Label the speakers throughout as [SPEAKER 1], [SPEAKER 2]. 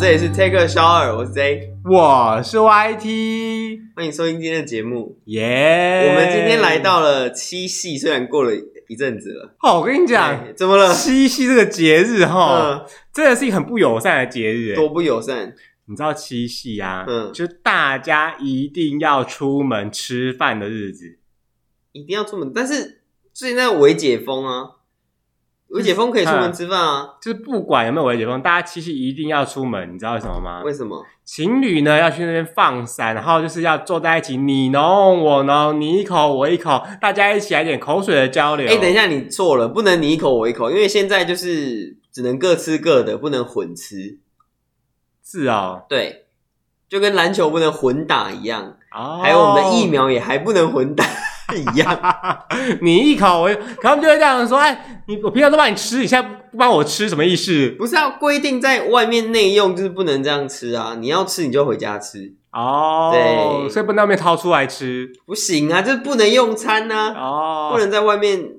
[SPEAKER 1] 这里是 Take a Shower，我是 J，
[SPEAKER 2] 我是 YT，
[SPEAKER 1] 欢迎收听今天的节目。
[SPEAKER 2] 耶！
[SPEAKER 1] 我们今天来到了七夕，虽然过了一阵子了，
[SPEAKER 2] 哦，我跟你
[SPEAKER 1] 哎
[SPEAKER 2] 讲，
[SPEAKER 1] 怎么了？
[SPEAKER 2] 七夕这个节日哈，
[SPEAKER 1] 嗯，
[SPEAKER 2] 真的是一个很不友善的节日。
[SPEAKER 1] 多不友善。
[SPEAKER 2] 你知道七夕啊，
[SPEAKER 1] 嗯
[SPEAKER 2] 就大家一定要出门吃饭的日子。
[SPEAKER 1] 一定要出门，但是最近在微解封啊，微解封可以出门吃饭啊，
[SPEAKER 2] 就是不管有没有微解封，大家七夕一定要出门，你知道为什么吗？
[SPEAKER 1] 为什么？
[SPEAKER 2] 情侣呢要去那边放闪，然后就是要坐在一起，你侬我侬，你一口我一口，大家一起来点口水的交流。
[SPEAKER 1] 哎、等一，下，你错了，不能你一口我一口，因为现在就是只能各吃各的，不能混吃。
[SPEAKER 2] 是哦，
[SPEAKER 1] 对，就跟篮球不能混打一样，
[SPEAKER 2] 哦，
[SPEAKER 1] 还有我们的疫苗也还不能混打一样。
[SPEAKER 2] 你一口我一口，他们就会这样说：“哎，你我平常都帮你吃，你现在不帮我吃，什么意思
[SPEAKER 1] 不是要规定在外面内用，就是不能这样吃啊！你要吃你就回家吃，？”
[SPEAKER 2] 哦，
[SPEAKER 1] 对
[SPEAKER 2] 所以不能被掏出 来吃
[SPEAKER 1] 不行啊，这不能用餐啊，
[SPEAKER 2] 哦，
[SPEAKER 1] 不能在外面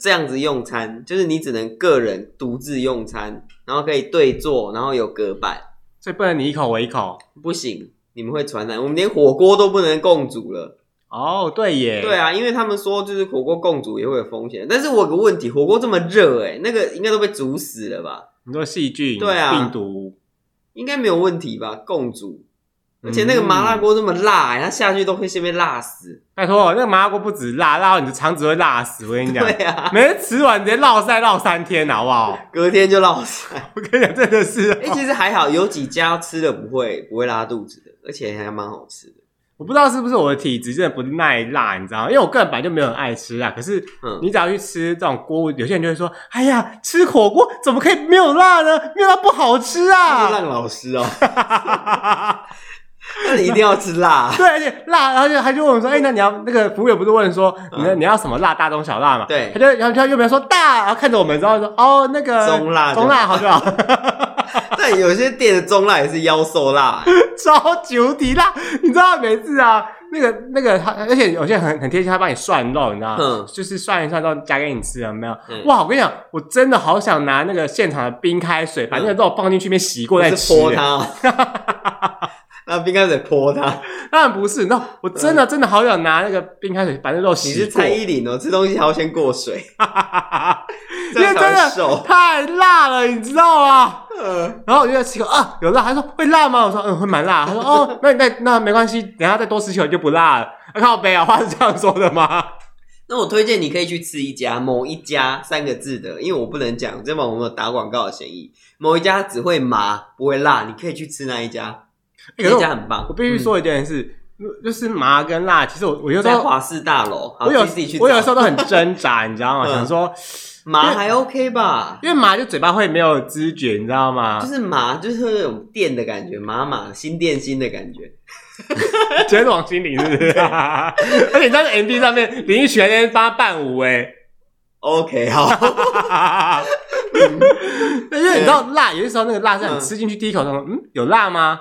[SPEAKER 1] 这样子用餐，就是你只能个人独自用餐，然后可以对坐，然后有隔板，
[SPEAKER 2] 所以不能你一口我一口。
[SPEAKER 1] 不行，你们会传染。我们连火锅都不能共煮了，
[SPEAKER 2] 哦，对耶，
[SPEAKER 1] 对啊，因为他们说就是火锅共煮也会有风险，但是我有个问题，火锅这么热，诶，那个应该都被煮死了吧？
[SPEAKER 2] 你说细菌、
[SPEAKER 1] 对啊
[SPEAKER 2] 病毒，
[SPEAKER 1] 应该没有问题吧？共煮，而且那个麻辣锅这么辣、哎它下去都会先被辣死。
[SPEAKER 2] 拜托，那个麻辣锅不止辣，辣到你的肠子会辣死。我跟你讲
[SPEAKER 1] 对，啊，
[SPEAKER 2] 每次吃完直接落晒落三天，好不 好？
[SPEAKER 1] 隔天就落 腮。
[SPEAKER 2] 我跟你讲，真的是哦、
[SPEAKER 1] 哎、其实还好，有几家吃了不会不会拉肚子的，而且还蛮好吃的。
[SPEAKER 2] 我不知道是不是我的体质真的不耐辣，你知道吗？因为我个人本来就没有很爱吃辣，可是
[SPEAKER 1] 嗯，
[SPEAKER 2] 你只要去吃这种锅物，有些人就会说：“哎呀，吃火锅怎么可以没有辣呢？没有辣不好吃
[SPEAKER 1] 是
[SPEAKER 2] 啊
[SPEAKER 1] 浪老师 哦，！”那你一定要吃辣。
[SPEAKER 2] 对，而且辣，而且他就问我说：“哎、那你要那个服务员不是问说你要、你要什么辣，大中小辣嘛？”
[SPEAKER 1] 嗯对
[SPEAKER 2] 他就然后他就没有说大，然后看着我们，然后说：“哦，那个
[SPEAKER 1] 中辣
[SPEAKER 2] 中辣好不好？
[SPEAKER 1] 但有些店的中辣也是妖兽辣、
[SPEAKER 2] 超级无敌辣！你知道每次啊，那个那个他，而且有些人很很贴心，他帮你涮肉，你知道吗？
[SPEAKER 1] 嗯
[SPEAKER 2] 就是涮一涮肉夹给你吃，有没有？
[SPEAKER 1] 嗯
[SPEAKER 2] 哇，我跟你讲，我真的好想拿那个现场的冰开水，把那个肉放进去，面洗过再
[SPEAKER 1] 不
[SPEAKER 2] 吃、
[SPEAKER 1] 嗯是泼它、哦。 那冰开水泼它，
[SPEAKER 2] 当然不是，那我真的、真的好想拿那个冰开水把那肉
[SPEAKER 1] 你
[SPEAKER 2] 洗
[SPEAKER 1] 是
[SPEAKER 2] 过
[SPEAKER 1] 蔡，依林哦，吃东西还要先过水，
[SPEAKER 2] 因
[SPEAKER 1] 这
[SPEAKER 2] 为
[SPEAKER 1] 样
[SPEAKER 2] 真
[SPEAKER 1] 才会
[SPEAKER 2] 的
[SPEAKER 1] 瘦。
[SPEAKER 2] 太辣了，你知道吗？
[SPEAKER 1] 嗯
[SPEAKER 2] 然后我就吃一口啊，有辣。他说会辣吗？我说嗯，会蛮辣。他说哦，那你再那没关系，等一下再多吃一口就不辣了。啊、靠北啊，话是这样说的吗？
[SPEAKER 1] 那我推荐你可以去吃一家某一家三个字的，因为我不能讲，这帮我们有打广告的嫌疑。某一家只会麻不会辣，你可以去吃那一家，
[SPEAKER 2] 哎可是
[SPEAKER 1] 那一家
[SPEAKER 2] 我
[SPEAKER 1] 很棒。
[SPEAKER 2] 我必须说一件事，就是麻跟辣，其实我我有
[SPEAKER 1] 嗯，
[SPEAKER 2] 时
[SPEAKER 1] 在
[SPEAKER 2] 候
[SPEAKER 1] 华氏大楼，好
[SPEAKER 2] 我有
[SPEAKER 1] 自己去找
[SPEAKER 2] 我有时候都很挣扎，你知道吗？
[SPEAKER 1] 嗯
[SPEAKER 2] 想说，
[SPEAKER 1] 麻还 OK 吧，
[SPEAKER 2] 因为麻就嘴巴会没有知觉，你知道吗
[SPEAKER 1] 就？是麻就是会有电的感觉，麻麻心电心的感觉。
[SPEAKER 2] 直接往心里是不是？ 而且你知道在 MV 上面，林奕璇在那边帮他伴舞哎、
[SPEAKER 1] OK，好，
[SPEAKER 2] 因为你知道辣，有些时候那个辣
[SPEAKER 1] 嗯
[SPEAKER 2] 是你吃进去第一口，他说嗯有辣吗？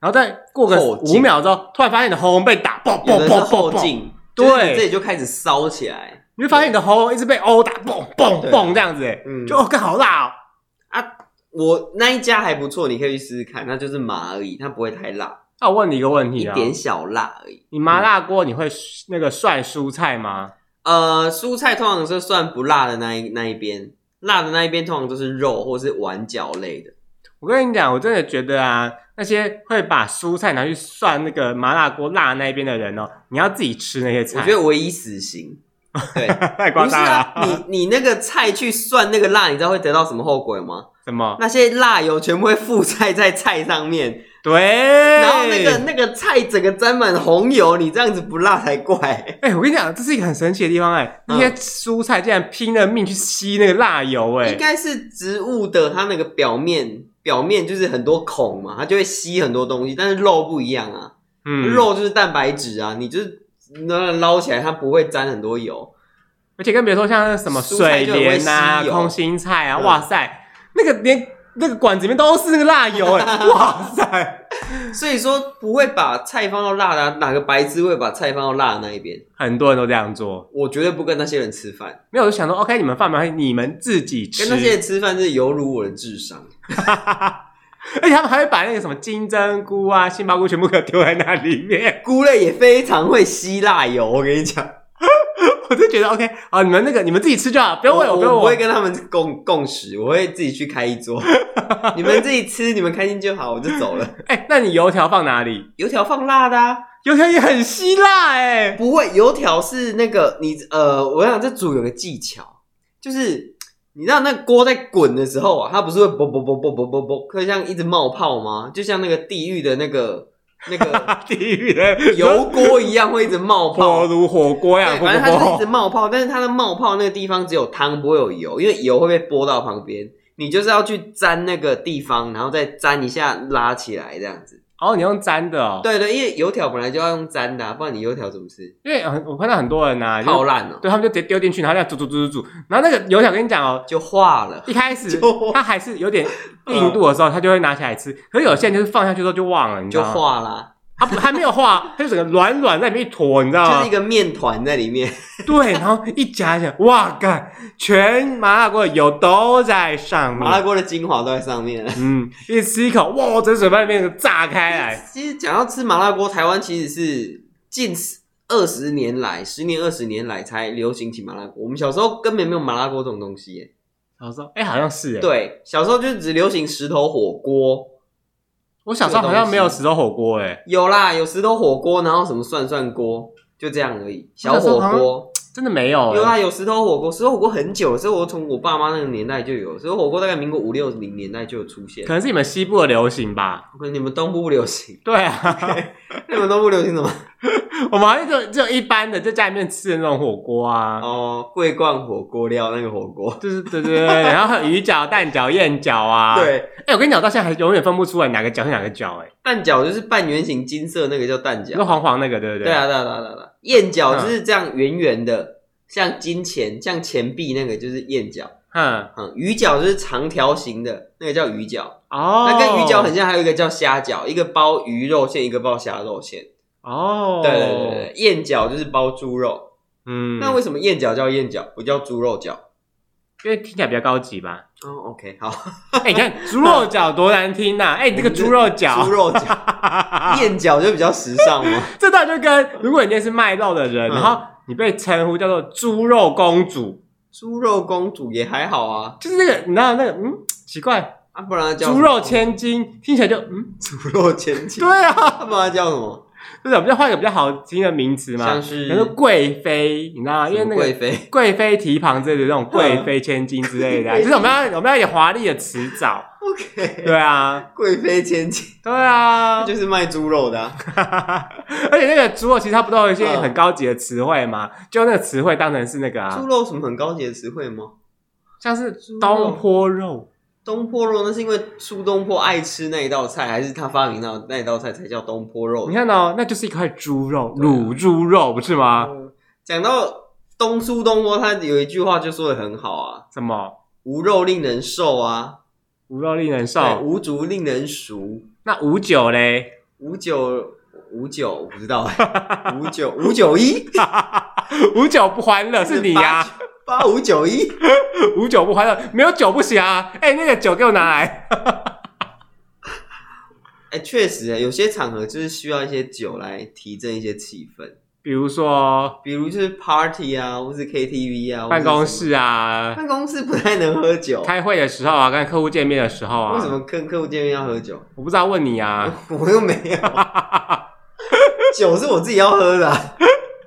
[SPEAKER 2] 然后再过个
[SPEAKER 1] 后劲
[SPEAKER 2] 五秒之后，突然发现你的喉咙被打爆
[SPEAKER 1] 有
[SPEAKER 2] 爆
[SPEAKER 1] 的是
[SPEAKER 2] 爆爆
[SPEAKER 1] 后
[SPEAKER 2] 爆，
[SPEAKER 1] 劲，
[SPEAKER 2] 爆
[SPEAKER 1] 就是你
[SPEAKER 2] 对
[SPEAKER 1] 这里就开始烧起来
[SPEAKER 2] 你会发现你的喉咙一直被殴打，蹦蹦
[SPEAKER 1] 对
[SPEAKER 2] 蹦这样子哎
[SPEAKER 1] 嗯，
[SPEAKER 2] 就哦干好辣哦。
[SPEAKER 1] 啊。我那一家还不错，你可以去试试看，那就是麻而已，它不会太辣，
[SPEAKER 2] 那我问你一个问题
[SPEAKER 1] 一
[SPEAKER 2] 啊，
[SPEAKER 1] 点嗯小辣而已。
[SPEAKER 2] 你麻辣锅你会那个涮蔬菜吗？
[SPEAKER 1] 呃，蔬菜通常是算不辣的那一那一边，辣的那一边通常都是肉或是碗饺类的。
[SPEAKER 2] 我跟你讲，我真的觉得啊，那些会把蔬菜拿去涮那个麻辣锅辣那边的人哦，你要自己吃那些菜，
[SPEAKER 1] 我觉得唯一死刑，对，
[SPEAKER 2] 得 太夸
[SPEAKER 1] 不是
[SPEAKER 2] 张了啊。
[SPEAKER 1] 啊，你你那个菜去涮那个辣，你知道会得到什么后果吗？
[SPEAKER 2] 什么？
[SPEAKER 1] 那些辣油全部会附菜在菜上面，
[SPEAKER 2] 对，
[SPEAKER 1] 然后那个那个菜整个沾满红油，你这样子不辣才怪。
[SPEAKER 2] 哎、我跟你讲，这是一个很神奇的地方哎、
[SPEAKER 1] 嗯
[SPEAKER 2] 那些蔬菜竟然拼了命去吸那个辣油哎、
[SPEAKER 1] 应该是植物的它那个表面表面就是很多孔嘛，它就会吸很多东西，但是肉不一样啊。
[SPEAKER 2] 嗯，，
[SPEAKER 1] 肉就是蛋白质啊，你就是那捞起来，它不会沾很多油。
[SPEAKER 2] 而且跟别说像是什么
[SPEAKER 1] 蔬菜
[SPEAKER 2] 水
[SPEAKER 1] 就很会吸
[SPEAKER 2] 莲啊、
[SPEAKER 1] 油
[SPEAKER 2] 空心菜啊，
[SPEAKER 1] 嗯
[SPEAKER 2] 哇塞，那个连那个管子里面都是那个辣油哎、 哇塞，
[SPEAKER 1] 所以说不会把菜放到辣的啊、哪个白痴会把菜放到辣的那一边？
[SPEAKER 2] 很多人都这样做。
[SPEAKER 1] 我绝对不跟那些人吃饭，
[SPEAKER 2] 没有，我就想说，OK，你们饭没关系，你们自己吃
[SPEAKER 1] 跟。那些人吃饭是犹如我的智商。
[SPEAKER 2] 而且他们还会把那个什么金针菇啊、杏鲍菇全部给我丢在那里面，
[SPEAKER 1] 菇类也非常会吸辣油，我跟你讲，
[SPEAKER 2] 我就觉得 OK 啊，你们那个你们自己吃就好，不要
[SPEAKER 1] 我
[SPEAKER 2] 喂我，不要
[SPEAKER 1] 哦我不会
[SPEAKER 2] 喂
[SPEAKER 1] 跟他们共共识，我会自己去开一 桌，你们自己吃，你们开心就好，我就走了。
[SPEAKER 2] 我。哎、那你油条放哪里？
[SPEAKER 1] 油条放辣的、啊，
[SPEAKER 2] 油条也很希腊哎、
[SPEAKER 1] 不会，油条是那个你呃，我想这煮有个技巧，就是你知道那锅在滚的时候啊，它不是会啵啵啵啵啵啵啵，可以像一直冒泡吗？就像那个地狱的那个那个
[SPEAKER 2] 地狱的
[SPEAKER 1] 油锅一样，会一直冒
[SPEAKER 2] 火
[SPEAKER 1] 泡。
[SPEAKER 2] 炉火锅呀，
[SPEAKER 1] 对，
[SPEAKER 2] 火
[SPEAKER 1] 反正它就是一
[SPEAKER 2] 锅
[SPEAKER 1] 直冒泡，但是它的冒泡那个地方只有汤不会有油，因为油会被拨到旁边。你就是要去沾那个地方，然后再沾一下拉起来这样子。
[SPEAKER 2] 哦，你用粘的哦，
[SPEAKER 1] 对对，因为油条本来就要用沾的啊、不然你油条怎么吃？
[SPEAKER 2] 因为很我看到很多人呐、啊，
[SPEAKER 1] 泡
[SPEAKER 2] 就
[SPEAKER 1] 烂了
[SPEAKER 2] 对他们就直接丢进去，然后这样煮煮煮煮煮，然后那个油条跟你讲哦，
[SPEAKER 1] 就化了。
[SPEAKER 2] 一开 始
[SPEAKER 1] 就
[SPEAKER 2] 它还是有点硬度的时候，它就会拿起来吃。可是有些人就是放下去之后就忘了，你知
[SPEAKER 1] 就
[SPEAKER 2] 道吗？
[SPEAKER 1] 化啦，
[SPEAKER 2] 它不还没有化，它就整个软软在里面一坨，你知道
[SPEAKER 1] 就是
[SPEAKER 2] 吗
[SPEAKER 1] 一？个面团在里面，
[SPEAKER 2] 对，然后一夹一夹，哇干，全麻辣锅的油都在上
[SPEAKER 1] 麻辣
[SPEAKER 2] 面。
[SPEAKER 1] 锅的精华都在上面了。
[SPEAKER 2] 嗯，一吃一口，哇，我整嘴巴里面炸开来。
[SPEAKER 1] 其实讲到吃麻辣锅，台湾其实是近二十年来，十年二十年来才流行起麻辣锅。我们小时候根本没有麻辣锅这种东西耶。
[SPEAKER 2] 小时候，哎、好像是哎，，
[SPEAKER 1] 对，小时候就只流行石头火锅，
[SPEAKER 2] 我小时候好像没有石头火锅哎，
[SPEAKER 1] 有啦，有石头火锅，然后什么涮涮锅，就这样而已。小火锅
[SPEAKER 2] 真的没有
[SPEAKER 1] 有
[SPEAKER 2] 哎。
[SPEAKER 1] 啦，有石头火锅，石头火锅很久了，石头火锅从我爸妈那个年代就有，石头火锅大概民国五六零年代就有出 现
[SPEAKER 2] 可。能是你们西部的流行吧？
[SPEAKER 1] 可能你们东部不流行，
[SPEAKER 2] 对啊，
[SPEAKER 1] 你们东部流行什么？
[SPEAKER 2] 我们好像就只有一般的，在家里面吃的那种火锅啊。
[SPEAKER 1] 哦，桂冠火锅料那个火锅，
[SPEAKER 2] 就是对对对，对然后还有鱼饺、蛋饺、燕饺 啊。，
[SPEAKER 1] 对，
[SPEAKER 2] 哎、我跟你讲，我到现在还永远分不出来哪个饺是哪个饺、哎，
[SPEAKER 1] 蛋饺就是半圆形金色那个叫蛋
[SPEAKER 2] 你说
[SPEAKER 1] 饺，
[SPEAKER 2] 黄黄那个，对不对？
[SPEAKER 1] 啊对啊，对啊，对啊，对啊对啊，燕饺就是这样圆圆
[SPEAKER 2] 嗯
[SPEAKER 1] 的，像金钱，像钱币那个就是燕饺，
[SPEAKER 2] 嗯，
[SPEAKER 1] 嗯，鱼饺就是长条形的，那个叫鱼饺，
[SPEAKER 2] 哦，
[SPEAKER 1] 那跟鱼饺很像，还有一个叫虾饺，一个包鱼肉馅，一个包虾肉馅，
[SPEAKER 2] 哦，
[SPEAKER 1] 对对对对，对，燕饺就是包猪肉，
[SPEAKER 2] 嗯，
[SPEAKER 1] 那为什么燕饺叫燕饺，不叫猪肉饺？
[SPEAKER 2] 因为听起来比较高级 吧？
[SPEAKER 1] 哦，OK，好，
[SPEAKER 2] 哎、你看猪肉饺多难听 呐、哎、你这个猪肉饺，
[SPEAKER 1] 猪肉饺， 燕饺就比较时尚嘛。
[SPEAKER 2] 这倒就跟如果你今天是卖肉的人，
[SPEAKER 1] 嗯
[SPEAKER 2] 然后你被称呼叫做猪肉公主，
[SPEAKER 1] 猪肉公主也还好啊，
[SPEAKER 2] 就是那个你知道那个嗯奇怪，
[SPEAKER 1] 啊，不然它叫什么
[SPEAKER 2] 猪肉千金听起来就嗯
[SPEAKER 1] 猪肉千金，
[SPEAKER 2] 对啊，
[SPEAKER 1] 他妈叫什么？
[SPEAKER 2] 就是我们要换一个比较好听的名词嘛，
[SPEAKER 1] 像是
[SPEAKER 2] 比如说贵妃，你知道吗？因为
[SPEAKER 1] 什么
[SPEAKER 2] 那
[SPEAKER 1] 贵
[SPEAKER 2] 个
[SPEAKER 1] 妃，
[SPEAKER 2] 贵妃蹄旁之类的那种贵妃千金之类的啊、
[SPEAKER 1] 嗯
[SPEAKER 2] 就是我们要我们要演华丽的辞藻，
[SPEAKER 1] OK，
[SPEAKER 2] 对啊，
[SPEAKER 1] 贵妃千金
[SPEAKER 2] 对啊，
[SPEAKER 1] 就是卖猪肉的啊、
[SPEAKER 2] 而且那个猪肉其实它不都有一些很高级的词汇吗？就那个词汇当成是那个啊
[SPEAKER 1] 嗯猪，肉什么很高级的词汇吗？
[SPEAKER 2] 像是东坡肉，
[SPEAKER 1] 东坡肉那是因为苏东坡爱吃那一道菜，还是他发明那那一道菜才叫东坡肉
[SPEAKER 2] 你？看哦，那就是一块猪肉，
[SPEAKER 1] 对啊
[SPEAKER 2] 卤猪肉不是吗？
[SPEAKER 1] 嗯讲到东苏东坡，他有一句话就说的很好啊，
[SPEAKER 2] 什么
[SPEAKER 1] 无肉令人瘦啊，
[SPEAKER 2] 无肉令人
[SPEAKER 1] 对，
[SPEAKER 2] 瘦，
[SPEAKER 1] 无竹令人熟，
[SPEAKER 2] 那无酒嘞，
[SPEAKER 1] 无酒无酒我不知道、欸，无酒无酒一。
[SPEAKER 2] 无酒不欢乐是你呀、啊，
[SPEAKER 1] 八五九一，
[SPEAKER 2] 无酒不欢乐，没有酒不行啊！哎、那个酒给我拿来，
[SPEAKER 1] 哎，确实欸，有些场合就是需要一些酒来提振一些气氛，
[SPEAKER 2] 比如说
[SPEAKER 1] 比如就是 party 啊，或是 KTV 啊，或是
[SPEAKER 2] 办
[SPEAKER 1] 什
[SPEAKER 2] 公室啊
[SPEAKER 1] 么，，办公室不太能喝酒，
[SPEAKER 2] 开会的时候啊，跟客户见面的时候啊，
[SPEAKER 1] 为什么跟客户见面要喝酒？
[SPEAKER 2] 我不知道问你啊，
[SPEAKER 1] 我又没有，酒是我自己要喝的啊、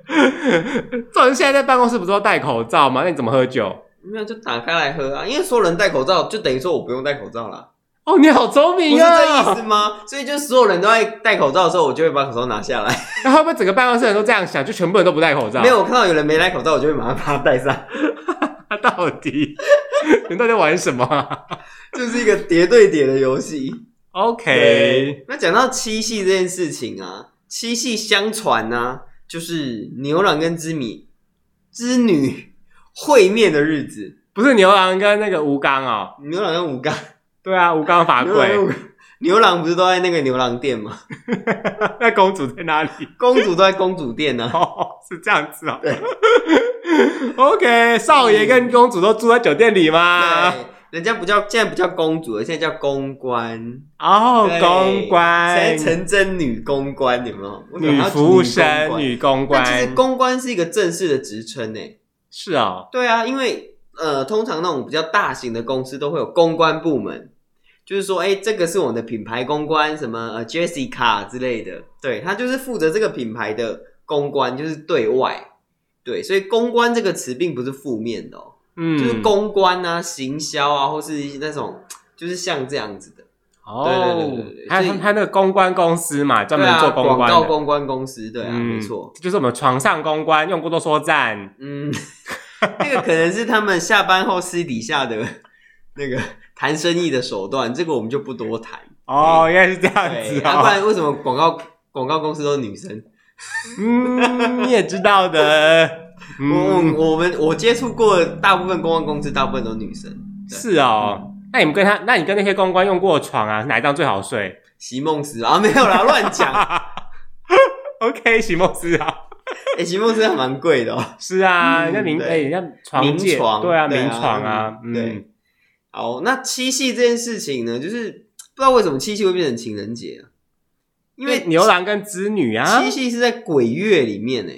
[SPEAKER 2] 这人现在在办公室不是都戴口罩吗？那你怎么喝酒？
[SPEAKER 1] 没有就打开来喝啊，因为所有人戴口罩，就等于说我不用戴口罩啦，
[SPEAKER 2] 哦，你好聪
[SPEAKER 1] 不是
[SPEAKER 2] 明
[SPEAKER 1] 这意
[SPEAKER 2] 啊！
[SPEAKER 1] 思吗？所以就所有人都在戴口罩的时候，我就会把口罩拿下来。
[SPEAKER 2] 那会不会整个办公室人都这样想，就全部人都不戴口罩？
[SPEAKER 1] 没有，我看到有人没戴口罩，我就会马上把它戴上，
[SPEAKER 2] 他到底你们到底在玩什么 啊
[SPEAKER 1] 就是一个叠对叠的游戏。
[SPEAKER 2] ？OK，
[SPEAKER 1] 那讲到七系这件事情啊，七系相传呢、啊，就是牛郎跟织女织女会面的日子。
[SPEAKER 2] 不是牛郎跟那个吴刚哦，
[SPEAKER 1] 牛郎跟吴刚，
[SPEAKER 2] 对啊，吴刚罚
[SPEAKER 1] 牛郎跟
[SPEAKER 2] 跪，
[SPEAKER 1] 吴牛郎不是都在那个牛郎店吗？
[SPEAKER 2] 那公主在哪里？
[SPEAKER 1] 公主都在公主店呢、啊。
[SPEAKER 2] 哦， 是这样子哦。
[SPEAKER 1] 对
[SPEAKER 2] OK，少爷跟公主都住在酒店里吗？
[SPEAKER 1] 对，人家不叫现在不叫公主了，现在叫公关，
[SPEAKER 2] 哦，
[SPEAKER 1] 对
[SPEAKER 2] 公关
[SPEAKER 1] 现在、成真女公关，有没有？为什么
[SPEAKER 2] 女
[SPEAKER 1] 要
[SPEAKER 2] 服务
[SPEAKER 1] 女公
[SPEAKER 2] 生、
[SPEAKER 1] 关
[SPEAKER 2] 女公
[SPEAKER 1] 但其实
[SPEAKER 2] 关，
[SPEAKER 1] 公关是一个正式的职称诶。
[SPEAKER 2] 是哦，
[SPEAKER 1] 对啊，因为呃，通常那种比较大型的公司都会有公关部门，就是说，哎、这个是我们的品牌公关，什么呃 Jessica 之类的，对，他就是负责这个品牌的公关，就是对外，对，所以公关这个词并不是负面的哦，
[SPEAKER 2] 嗯，
[SPEAKER 1] 就是公关啊、行销啊，或是那种就是像这样子的，对对对对
[SPEAKER 2] 哦
[SPEAKER 1] 对，
[SPEAKER 2] 还有他
[SPEAKER 1] 所以
[SPEAKER 2] 们他那个公关公司嘛，专
[SPEAKER 1] 对
[SPEAKER 2] 门
[SPEAKER 1] 啊，
[SPEAKER 2] 做
[SPEAKER 1] 广
[SPEAKER 2] 公关
[SPEAKER 1] 告
[SPEAKER 2] 的，
[SPEAKER 1] 公关公司，对啊，
[SPEAKER 2] 嗯
[SPEAKER 1] 没错，
[SPEAKER 2] 就是我们床上公关，用过都说赞，
[SPEAKER 1] 嗯，那个可能是他们下班后私底下的那个谈生意的手段，这个我们就不多谈。
[SPEAKER 2] 哦，原来是这样
[SPEAKER 1] 嗯对，啊
[SPEAKER 2] 子
[SPEAKER 1] 要不
[SPEAKER 2] 哦，
[SPEAKER 1] 然为什么广告广告公司都是女生？
[SPEAKER 2] 嗯，你也知道的，嗯，
[SPEAKER 1] 我我们我接触过的大部分公关公司，大部分都是女生。
[SPEAKER 2] 是哦，那你们跟他，那你跟那些公关用过的床啊，哪一张最好睡？
[SPEAKER 1] 席梦思啊，没有啦，乱讲。
[SPEAKER 2] OK，席梦思啊，
[SPEAKER 1] 哎，席梦思还蛮贵的 哦。
[SPEAKER 2] 是啊，
[SPEAKER 1] 嗯
[SPEAKER 2] 人家名
[SPEAKER 1] 对
[SPEAKER 2] 哎，人家床
[SPEAKER 1] 名
[SPEAKER 2] 界，
[SPEAKER 1] 床
[SPEAKER 2] 对啊，
[SPEAKER 1] 对啊
[SPEAKER 2] 名床啊，
[SPEAKER 1] 嗯
[SPEAKER 2] 嗯
[SPEAKER 1] 对，好，那七夕这件事情呢，就是不知道为什么七夕会变成情人节啊？因
[SPEAKER 2] 因
[SPEAKER 1] 为
[SPEAKER 2] 为牛郎跟织女啊，
[SPEAKER 1] 七夕是在鬼月里面呢。